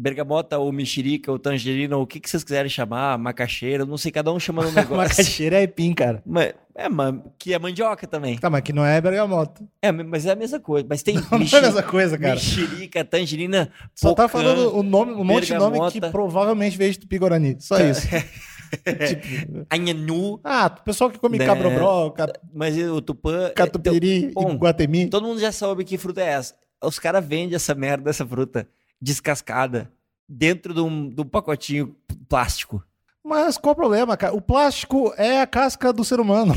Speaker 2: bergamota ou mexerica ou tangerina ou o que, que vocês quiserem chamar, macaxeira, não sei, cada um chamando um negócio.
Speaker 1: macaxeira é aipim, cara.
Speaker 2: Mas- é, mas que é mandioca também.
Speaker 1: Tá, mas que não é bergamota.
Speaker 2: É, mas é a mesma coisa. Mas tem
Speaker 1: Não é a
Speaker 2: mexi-
Speaker 1: mesma coisa, cara.
Speaker 2: mexerica, tangerina,
Speaker 1: Só tá
Speaker 2: pocã.
Speaker 1: falando o nome, um monte de nome que
Speaker 2: bergamota.
Speaker 1: provavelmente veio de Tupigorani. Só isso. tipo,
Speaker 2: Anhanu,
Speaker 1: ah, o pessoal que come
Speaker 2: Né.
Speaker 1: cabrobró, ca-
Speaker 2: mas o tupã.
Speaker 1: Catupiry
Speaker 2: Então,
Speaker 1: e
Speaker 2: bom,
Speaker 1: Guatemi.
Speaker 2: Todo mundo já sabe que fruta é essa. Os caras vendem essa merda, essa fruta descascada. dentro de um, de um pacotinho plástico.
Speaker 1: Mas qual o problema, cara? O plástico é a casca do ser humano.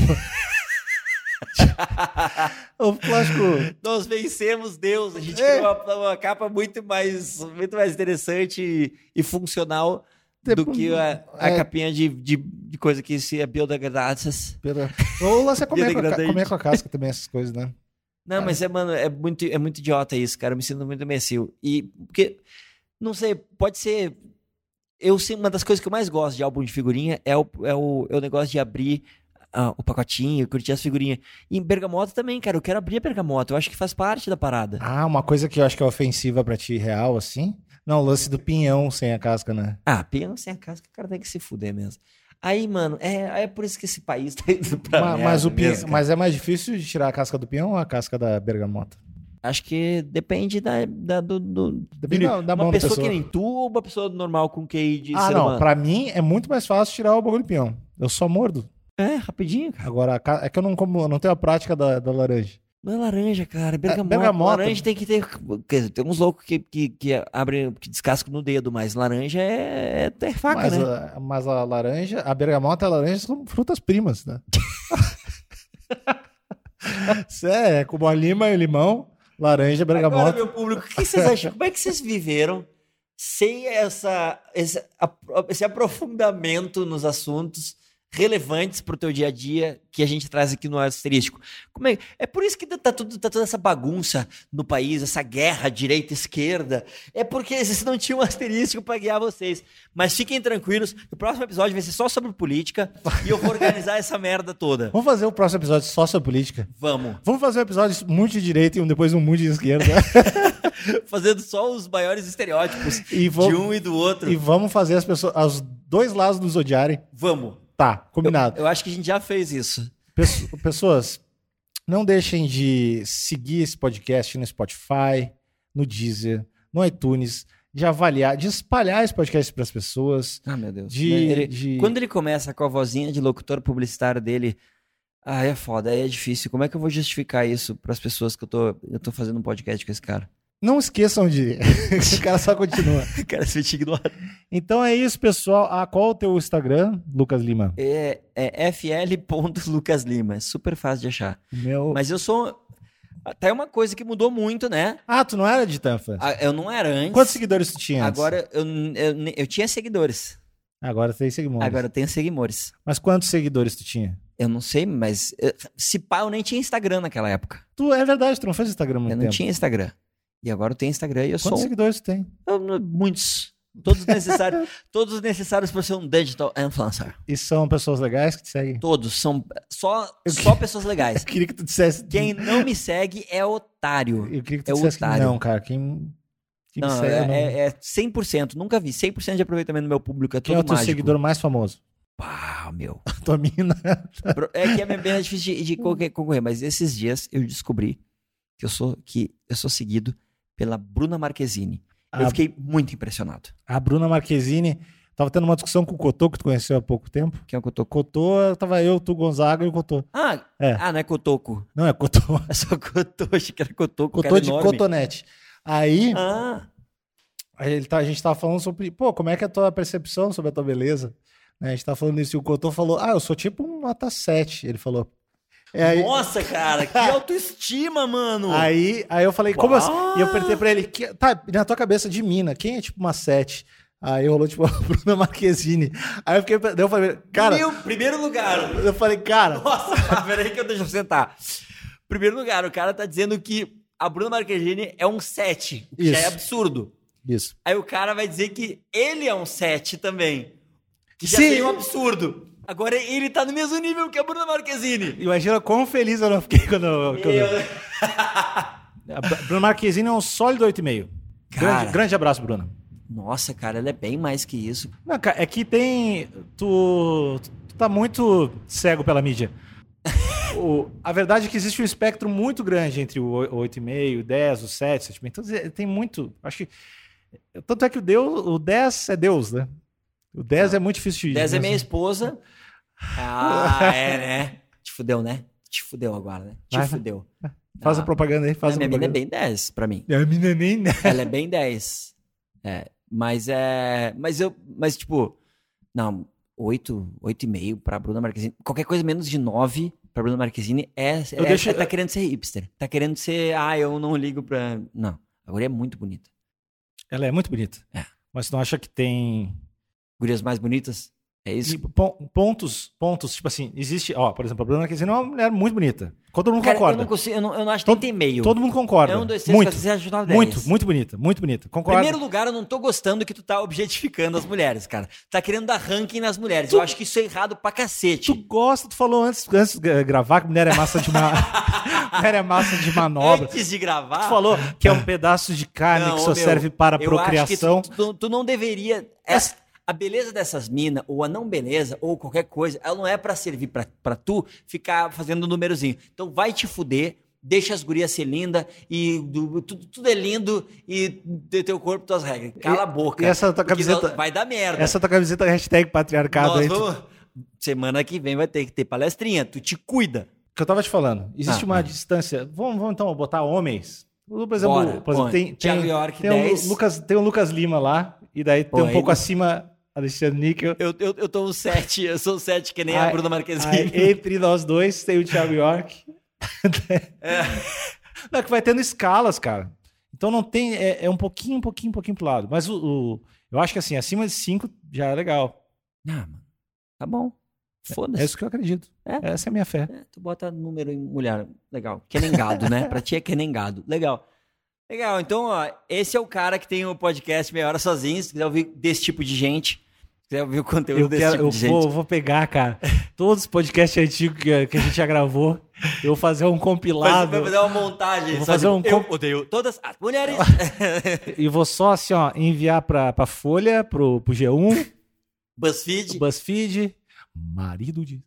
Speaker 1: o plástico.
Speaker 2: Nós vencemos Deus. A gente
Speaker 1: É.
Speaker 2: criou uma, uma capa muito mais, muito mais interessante e, e funcional do que a, a
Speaker 1: é.
Speaker 2: capinha de, de, de coisa que se é biodegradável.
Speaker 1: Pera- Ou lá você é comer, com a, ca-
Speaker 2: Biodegradante.
Speaker 1: comer com a casca também, essas coisas, né?
Speaker 2: Não, mas é, mano, é muito, é muito idiota isso, cara. Eu me sinto muito imbecil. E porque, não sei, pode ser. Eu sei, uma das coisas que eu mais gosto de álbum de figurinha é o, é o, é o negócio de abrir ah, o pacotinho, curtir as figurinhas. E em bergamota também, cara. Eu quero abrir a bergamota. Eu acho que faz parte da parada.
Speaker 1: Ah, uma coisa que eu acho que é ofensiva pra ti, real, assim. Não, o lance do pinhão sem a casca, né?
Speaker 2: Ah, pinhão sem a casca, o cara tem que se fuder mesmo. Aí, mano, é, é por isso que esse país tá indo pra
Speaker 1: Ma-
Speaker 2: merda
Speaker 1: mas, o pinhão-
Speaker 2: mesmo, cara.
Speaker 1: mas é mais difícil de tirar a casca do pinhão ou a casca da bergamota?
Speaker 2: Acho que depende da, da- do, do-
Speaker 1: Depende da, da
Speaker 2: uma
Speaker 1: mão da
Speaker 2: pessoa,
Speaker 1: Tá pessoa.
Speaker 2: que nem tu ou uma pessoa normal com QI de
Speaker 1: Ah,
Speaker 2: ser
Speaker 1: não.
Speaker 2: humano?
Speaker 1: Pra mim é muito mais fácil tirar o bagulho do pinhão. Eu só mordo.
Speaker 2: É, rapidinho, cara.
Speaker 1: Agora, a ca- é que eu não como, eu não tenho a prática da, da laranja.
Speaker 2: Não é laranja, cara. é Bergamota.
Speaker 1: bergamota.
Speaker 2: Laranja tem que ter. quer dizer, tem uns loucos que, que, que abrem, que descascam no dedo, mas laranja é, é, é faca,
Speaker 1: mas,
Speaker 2: né?
Speaker 1: a, mas a laranja, a bergamota e a laranja são frutas primas, né? Isso é, com a lima e o limão, laranja, bergamota.
Speaker 2: Agora, meu público, o que vocês acham? Como é que vocês viveram sem essa, esse, apro- esse aprofundamento nos assuntos relevantes para o teu dia a dia que a gente traz aqui no asterístico? Como é, é por isso que tá, tudo, tá toda essa bagunça no país, essa guerra direita e esquerda. É porque vocês não tinham um asterístico para guiar vocês. Mas fiquem tranquilos, o próximo episódio vai ser só sobre política e eu vou organizar essa merda toda.
Speaker 1: Vamos fazer o próximo episódio só sobre política.
Speaker 2: Vamos.
Speaker 1: Vamos fazer um episódio muito de direita e um depois um muito de esquerda.
Speaker 2: Fazendo só os maiores estereótipos
Speaker 1: e, vamos-
Speaker 2: de um e do outro.
Speaker 1: e vamos fazer as pessoas, os dois lados nos odiarem.
Speaker 2: Vamos.
Speaker 1: Tá, combinado.
Speaker 2: Eu acho que a gente já fez isso.
Speaker 1: Pesso- Pessoas, não deixem de seguir esse podcast no Spotify, no Deezer, no iTunes, de avaliar, de espalhar esse podcast para as pessoas.
Speaker 2: Ah, meu Deus.
Speaker 1: De,
Speaker 2: Ele-
Speaker 1: de-
Speaker 2: Quando ele começa com a vozinha de locutor publicitário dele, ah, é foda, aí é difícil. Como é que eu vou justificar isso pras pessoas que eu tô, eu tô fazendo um podcast com esse cara?
Speaker 1: Não esqueçam de. o cara só continua.
Speaker 2: cara se sente ignorado.
Speaker 1: Então é isso, pessoal. Ah, qual o teu Instagram, Lucas Lima?
Speaker 2: É, é fl.lucaslima, é super fácil de achar.
Speaker 1: Meu.
Speaker 2: Mas eu sou... Até uma coisa que mudou muito, né?
Speaker 1: Ah, tu não era de Tampa?
Speaker 2: Ah, Eu não era antes.
Speaker 1: Quantos seguidores tu tinha? antes?
Speaker 2: Agora eu, eu, eu tinha seguidores.
Speaker 1: Agora tem seguidores.
Speaker 2: Agora eu tenho seguidores.
Speaker 1: Mas quantos seguidores tu tinha?
Speaker 2: Eu não sei, mas eh, se pá, eu nem tinha Instagram naquela época.
Speaker 1: Tu é verdade, tu não fez Instagram há muito
Speaker 2: eu não
Speaker 1: tempo.
Speaker 2: tinha Instagram. E agora eu tenho Instagram e eu
Speaker 1: Quantos
Speaker 2: sou um-
Speaker 1: seguidores tu tem?
Speaker 2: eu- muitos. Todos necessários, todos necessários para ser um digital influencer.
Speaker 1: E são pessoas legais que te seguem?
Speaker 2: Todos são só
Speaker 1: Eu
Speaker 2: só pessoas legais.
Speaker 1: Eu queria que tu dissesse.
Speaker 2: Quem não me segue é otário.
Speaker 1: Eu queria que tu
Speaker 2: É o
Speaker 1: dissesse que
Speaker 2: otário.
Speaker 1: não, cara. Quem, quem me
Speaker 2: Não,
Speaker 1: segue. né? eu não-
Speaker 2: é, é 100%, nunca vi 100% de aproveitamento do meu público, é
Speaker 1: Quem
Speaker 2: todo
Speaker 1: é o teu
Speaker 2: mágico.
Speaker 1: seguidor mais famoso?
Speaker 2: Pau, meu.
Speaker 1: Tua mina.
Speaker 2: Pro- É que é bem difícil de, de concorrer- concorrer, mas esses dias eu descobri que eu sou, que eu sou seguido pela Bruna Marquezine. Eu
Speaker 1: Ah.
Speaker 2: fiquei muito impressionado.
Speaker 1: A Bruna Marquezine. Tava tendo uma discussão com o Cotô, que tu conheceu há pouco tempo.
Speaker 2: Quem é o Cotoco?
Speaker 1: Cotô, tava eu, tu, Gonzaga e o Cotô.
Speaker 2: Ah,
Speaker 1: É.
Speaker 2: ah, não é Cotoco.
Speaker 1: Não, é Cotô.
Speaker 2: É só Cotoco, achei que era Cotoco.
Speaker 1: Cotô
Speaker 2: cara
Speaker 1: de
Speaker 2: é enorme.
Speaker 1: cotonete. Aí,
Speaker 2: Ah,
Speaker 1: aí ele tá- a gente tava falando sobre, pô, como é que é a tua percepção sobre a tua beleza? Né, a gente tava falando isso e o Cotô falou, ah, eu sou tipo um nota 7, ele falou. É, aí,
Speaker 2: nossa, cara, que autoestima, mano.
Speaker 1: Aí, aí eu falei, como
Speaker 2: Uau!
Speaker 1: assim? E eu perguntei pra ele, que- tá, na tua cabeça de mina, quem é tipo uma sete? Aí rolou tipo a Bruna Marquezine. Aí eu fiquei, daí eu falei, cara,
Speaker 2: Meu, primeiro lugar.
Speaker 1: eu falei, cara,
Speaker 2: Nossa, peraí que eu deixo eu sentar. Primeiro lugar, o cara tá dizendo que a Bruna Marquezine é um 7. Já é
Speaker 1: Isso.
Speaker 2: absurdo.
Speaker 1: isso.
Speaker 2: Aí o cara vai dizer que ele é um 7 também. Que já
Speaker 1: Sim.
Speaker 2: seria um absurdo. Agora ele tá no mesmo nível que a Bruna Marquezine.
Speaker 1: Imagina quão feliz eu não fiquei quando. quando-
Speaker 2: Eu-
Speaker 1: A Br- Bruna Marquezine é um sólido 8,5.
Speaker 2: Cara.
Speaker 1: Grande, grande abraço, Bruna.
Speaker 2: Nossa, cara, ela é bem mais que isso.
Speaker 1: Não, cara, é que tem. Tu, tu tá muito cego pela mídia. O- a verdade é que existe um espectro muito grande entre o oi- o 8,5, o 10, o 7, 7,5. Então é- tem muito. Acho que. Tanto é que o, Deus, o 10 é Deus, né? O 10 é muito difícil de.
Speaker 2: 10 é minha esposa. Ah, é, né? Te fudeu, né? Te fudeu agora, né? Te
Speaker 1: Vai, vai.
Speaker 2: fudeu.
Speaker 1: Faz a
Speaker 2: Ah,
Speaker 1: propaganda aí, faz
Speaker 2: a
Speaker 1: a
Speaker 2: minha mina é
Speaker 1: propaganda.
Speaker 2: bem 10 pra mim.
Speaker 1: A mina nem.
Speaker 2: Ela é bem 10. É, Mas é. Mas eu. Mas, tipo, não, oito, oito e meio pra Bruna Marquezine. Qualquer coisa menos de nove pra Bruna Marquezine é. é-
Speaker 3: deixo-
Speaker 2: é- tá querendo ser hipster. Tá querendo ser. Ah, eu não ligo pra. Não. Agora é muito bonita.
Speaker 1: Ela é muito bonita.
Speaker 2: É.
Speaker 1: Mas tu não acha que tem
Speaker 2: Gurias mais bonitas? É isso?
Speaker 1: E pon- pontos, pontos, tipo assim, existe, ó, por exemplo, a Bruna Marquezine é uma mulher muito bonita. Todo mundo
Speaker 2: Cara, eu
Speaker 1: concorda.
Speaker 2: não consigo. Eu não, eu não acho
Speaker 1: Todo-
Speaker 2: nem tem meio.
Speaker 1: Todo mundo concorda.
Speaker 2: É um, dois, três,
Speaker 1: muito,
Speaker 2: quatro, cinco, seis, nove, dez.
Speaker 1: muito, muito bonita, muito bonita. Concordo.
Speaker 2: Primeiro lugar, eu não tô gostando que tu tá objetificando as mulheres, cara. Tá querendo dar ranking nas mulheres. Eu acho que isso é errado pra cacete.
Speaker 1: Tu gosta, tu falou antes, antes de eh, gravar que mulher é massa de ma... mulher é massa de manobra.
Speaker 2: Antes de gravar.
Speaker 1: Tu falou que é um pedaço de carne
Speaker 2: Ah. Não,
Speaker 1: que só
Speaker 2: meu,
Speaker 1: serve para
Speaker 2: eu acho que
Speaker 1: procriação. É.
Speaker 2: tu, tu- tu não deveria. essa- a beleza dessas minas, ou a não beleza, ou qualquer coisa, ela não é pra servir pra, pra tu ficar fazendo um númerozinho. Então vai te fuder. Deixa as gurias ser linda e du- tudo, tudo é lindo e te- teu corpo, tuas regras. Cala a boca.
Speaker 1: e essa tua
Speaker 2: porque
Speaker 1: camiseta-
Speaker 2: não- vai dar merda.
Speaker 1: Essa tua camiseta é hashtag patriarcado
Speaker 2: Nós
Speaker 1: aí. tu-
Speaker 2: vamos- Semana que vem vai ter que ter palestrinha. Tu te cuida.
Speaker 1: que eu tava te falando, existe
Speaker 2: Ah,
Speaker 1: uma
Speaker 2: ah.
Speaker 1: distância. Vamos, vamos então botar homens. Por exemplo,
Speaker 2: Bora,
Speaker 1: por exemplo,
Speaker 2: põe.
Speaker 1: tem, tem,
Speaker 2: Thiago York,
Speaker 1: tem, o
Speaker 2: 10.
Speaker 1: Lu- Lucas, tem o Lucas Lima lá, e daí tem um
Speaker 2: Põe
Speaker 1: pouco
Speaker 2: ele.
Speaker 1: acima Alexandre Níquel.
Speaker 2: Eu, eu, eu tô um 7, eu sou um 7 que nem a
Speaker 1: Ai,
Speaker 2: Bruna
Speaker 1: Aí,
Speaker 2: Marquezine.
Speaker 1: entre nós dois tem o Thiago York. Não, é que vai tendo escalas, cara. Então não tem. É, é um pouquinho, um pouquinho, um pouquinho pro lado. Mas o, o- eu acho que assim, acima de cinco já é legal.
Speaker 2: Ah, mano. Tá bom.
Speaker 1: É
Speaker 2: Foda-se.
Speaker 1: isso que eu acredito.
Speaker 2: É?
Speaker 1: Essa é a minha fé.
Speaker 2: É, tu bota número em mulher. Legal. Que nem gado, né? Pra ti é que nem gado. Legal. Legal. Então, ó, esse é o cara que tem o podcast Meia Hora Sozinho. Se quiser ouvir desse tipo de gente, se quiser ouvir o conteúdo
Speaker 1: Eu,
Speaker 2: desse
Speaker 1: quero-
Speaker 2: tipo
Speaker 1: eu
Speaker 2: de
Speaker 1: vou,
Speaker 2: gente.
Speaker 1: vou pegar, cara, todos os podcasts antigos que, que a gente já gravou. Eu vou fazer um
Speaker 2: Mas vai
Speaker 1: compilado
Speaker 2: fazer uma montagem.
Speaker 1: Eu vou
Speaker 2: só
Speaker 1: fazer
Speaker 2: tipo,
Speaker 1: um
Speaker 2: Eu
Speaker 1: com-
Speaker 2: odeio todas as mulheres.
Speaker 1: e vou só assim, ó, enviar pra, pra Folha, pro, pro G1,
Speaker 2: BuzzFeed.
Speaker 1: BuzzFeed, marido de.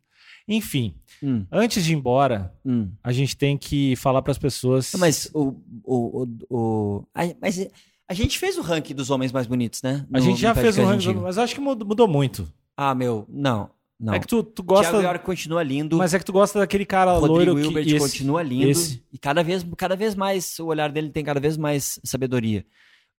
Speaker 1: Enfim,
Speaker 2: Hum,
Speaker 1: antes de ir embora,
Speaker 2: hum.
Speaker 1: a gente tem que falar pras pessoas.
Speaker 2: Não, Mas o. o, o, o- a, mas a gente fez o ranking dos homens mais bonitos, né?
Speaker 1: a
Speaker 2: No-
Speaker 1: gente já
Speaker 2: no
Speaker 1: fez um
Speaker 2: podcast
Speaker 1: ranking,
Speaker 2: antigo.
Speaker 1: mas eu acho que mudou, mudou muito.
Speaker 2: Ah, meu, não. Não.
Speaker 1: É que tu, tu
Speaker 2: Thiago
Speaker 1: gosta.
Speaker 2: York continua lindo.
Speaker 1: Mas é que tu gosta daquele cara
Speaker 2: Rodrigo
Speaker 1: loiro
Speaker 2: Hilbert
Speaker 1: que. esse-
Speaker 2: continua lindo.
Speaker 1: esse.
Speaker 2: E cada vez, cada vez mais, o olhar dele tem cada vez mais sabedoria.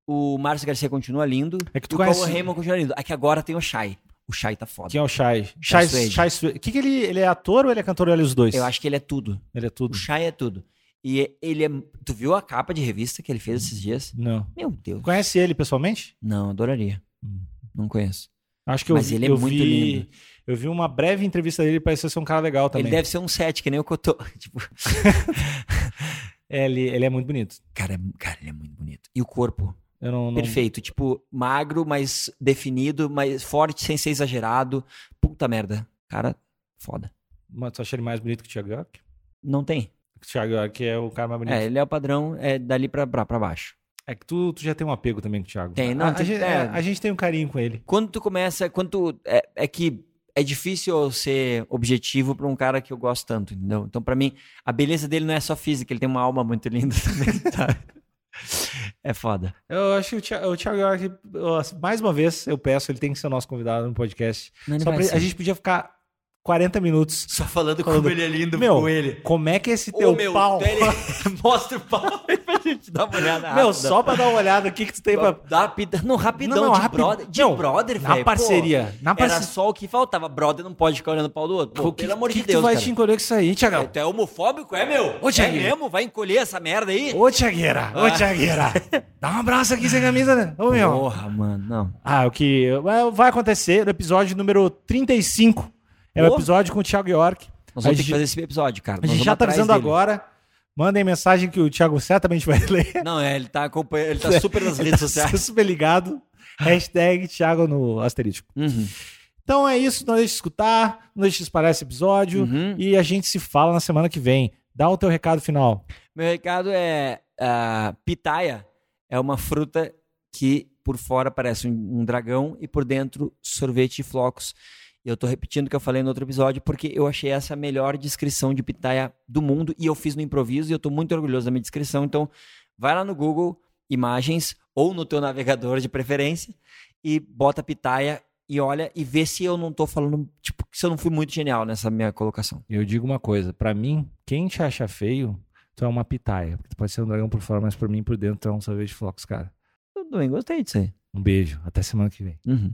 Speaker 2: O Márcio Garcia continua lindo.
Speaker 1: É que tu
Speaker 2: e o
Speaker 1: conhece-
Speaker 2: Paul Heyman continua lindo. Aqui agora tem o Shai. O Shai tá foda.
Speaker 1: Quem é o Shai? Shai,
Speaker 2: Suede.
Speaker 1: Shai Suede. O que, que ele, ele é ator ou ele é cantor ou ele é os dois?
Speaker 2: Eu acho que ele é tudo.
Speaker 1: Ele é
Speaker 2: O
Speaker 1: tudo.
Speaker 2: Shai é tudo. E ele é. Tu viu a capa de revista que ele fez esses dias?
Speaker 1: Não.
Speaker 2: Meu Deus.
Speaker 1: Conhece ele pessoalmente?
Speaker 2: Não, adoraria.
Speaker 1: Hum.
Speaker 2: Não conheço.
Speaker 1: Acho que eu,
Speaker 2: Mas
Speaker 1: vi-
Speaker 2: ele é
Speaker 1: eu
Speaker 2: muito
Speaker 1: vi,
Speaker 2: lindo.
Speaker 1: Eu vi uma breve entrevista dele, parecia ser um cara legal também.
Speaker 2: Ele deve ser um 7, que nem o Cotô. Tipo,
Speaker 1: É, ele, ele é muito bonito.
Speaker 2: cara, é- cara, ele é muito bonito. E o corpo?
Speaker 1: Eu não, não-
Speaker 2: Perfeito. Tipo, magro, mas definido, mas forte, sem ser exagerado. Puta merda. Cara, foda.
Speaker 1: Mas tu acha ele mais bonito que o Thiago York?
Speaker 2: Não tem.
Speaker 1: O Thiago York é o cara mais bonito.
Speaker 2: É,
Speaker 1: É,
Speaker 2: ele é o padrão, é dali pra, pra, pra baixo.
Speaker 1: que tu, tu já tem um apego também com o Thiago.
Speaker 2: Tem, não,
Speaker 1: a, a
Speaker 2: tem-
Speaker 1: gente,
Speaker 2: é.
Speaker 1: é, a gente tem um carinho com ele.
Speaker 2: Quando tu começa, quando tu, é, é que é difícil eu ser objetivo pra um cara que eu gosto tanto, entendeu? Então, pra mim, a beleza dele não é só física, ele tem uma alma muito linda também, tá? É foda.
Speaker 1: Eu acho que o Thiago, o Thiago York, ó, mais uma vez, eu peço, ele tem que ser o nosso convidado no podcast.
Speaker 2: Não, ele
Speaker 1: Só
Speaker 2: vai
Speaker 1: pra-
Speaker 2: ser.
Speaker 1: a gente podia ficar 40 minutos.
Speaker 2: Só falando,
Speaker 1: Falando-
Speaker 2: como ele é lindo
Speaker 1: Meu,
Speaker 2: com ele.
Speaker 1: Como é que é esse
Speaker 2: Ô,
Speaker 1: teu
Speaker 2: meu,
Speaker 1: pau?
Speaker 2: Ele... Mostra o pau aí pra gente dar uma olhada
Speaker 1: Meu,
Speaker 2: rápida.
Speaker 1: só pra dar uma olhada, o que, que tu tem pra.
Speaker 2: Dá rapida- Não, rapidão,
Speaker 1: Não, não,
Speaker 2: de
Speaker 1: rapid-
Speaker 2: brother. De
Speaker 1: não,
Speaker 2: brother, velho.
Speaker 1: Na
Speaker 2: pô.
Speaker 1: parceria. Na
Speaker 2: Era
Speaker 1: parceria.
Speaker 2: só o que faltava. Brother não pode ficar olhando o pau do outro. Pô,
Speaker 1: O que-
Speaker 2: pelo amor
Speaker 1: que
Speaker 2: de
Speaker 1: que
Speaker 2: Deus,
Speaker 1: Tu vai
Speaker 2: cara.
Speaker 1: te encolher com isso aí, Thiagão?
Speaker 2: Tu é homofóbico, é, meu?
Speaker 1: Ô,
Speaker 2: é
Speaker 1: Thiaguinho.
Speaker 2: mesmo? Vai encolher essa merda aí?
Speaker 1: Ô, Tiagueira, ô,
Speaker 2: Ah.
Speaker 1: Tiagueira. Dá um abraço aqui sem camisa, né? Ô, meu.
Speaker 2: Porra, mano, não.
Speaker 1: Ah, o que vai- vai acontecer no episódio número 35. É o
Speaker 2: Ô.
Speaker 1: episódio com o Thiago York.
Speaker 2: Nós
Speaker 1: A
Speaker 2: vamos ter
Speaker 1: gente-
Speaker 2: que fazer esse episódio, cara.
Speaker 1: A
Speaker 2: Nós
Speaker 1: gente
Speaker 2: vamos
Speaker 1: já tá
Speaker 2: atrás
Speaker 1: avisando
Speaker 2: dele.
Speaker 1: agora. Mandem mensagem que o Thiago certamente vai ler.
Speaker 2: Não, é, ele tá acompanhando, ele tá super nas redes sociais.
Speaker 1: Super ligado. Hashtag Thiago no asterisco.
Speaker 2: Uhum,
Speaker 1: Então é isso. Não deixe de escutar. Não deixe de espalhar esse episódio.
Speaker 2: uhum.
Speaker 1: E a gente se fala na semana que vem. Dá o teu recado final.
Speaker 2: Meu recado é: ah, pitaia é uma fruta que por fora parece um, um dragão e por dentro sorvete e flocos. E Eu tô repetindo o que eu falei no outro episódio porque eu achei essa a melhor descrição de pitaia do mundo e eu fiz no improviso e eu tô muito orgulhoso da minha descrição. Então, vai lá no Google Imagens ou no teu navegador de preferência e bota pitaia e olha e vê se eu não tô falando, tipo, se eu não fui muito genial nessa minha colocação.
Speaker 1: Eu digo uma coisa, pra mim, quem te acha feio, tu é uma pitaia. Porque tu pode ser um dragão por fora, mas pra mim, por dentro, tu é um sorvete de flocos, cara.
Speaker 2: Tudo bem, gostei disso aí.
Speaker 1: Um beijo. Até semana que vem.
Speaker 2: Uhum.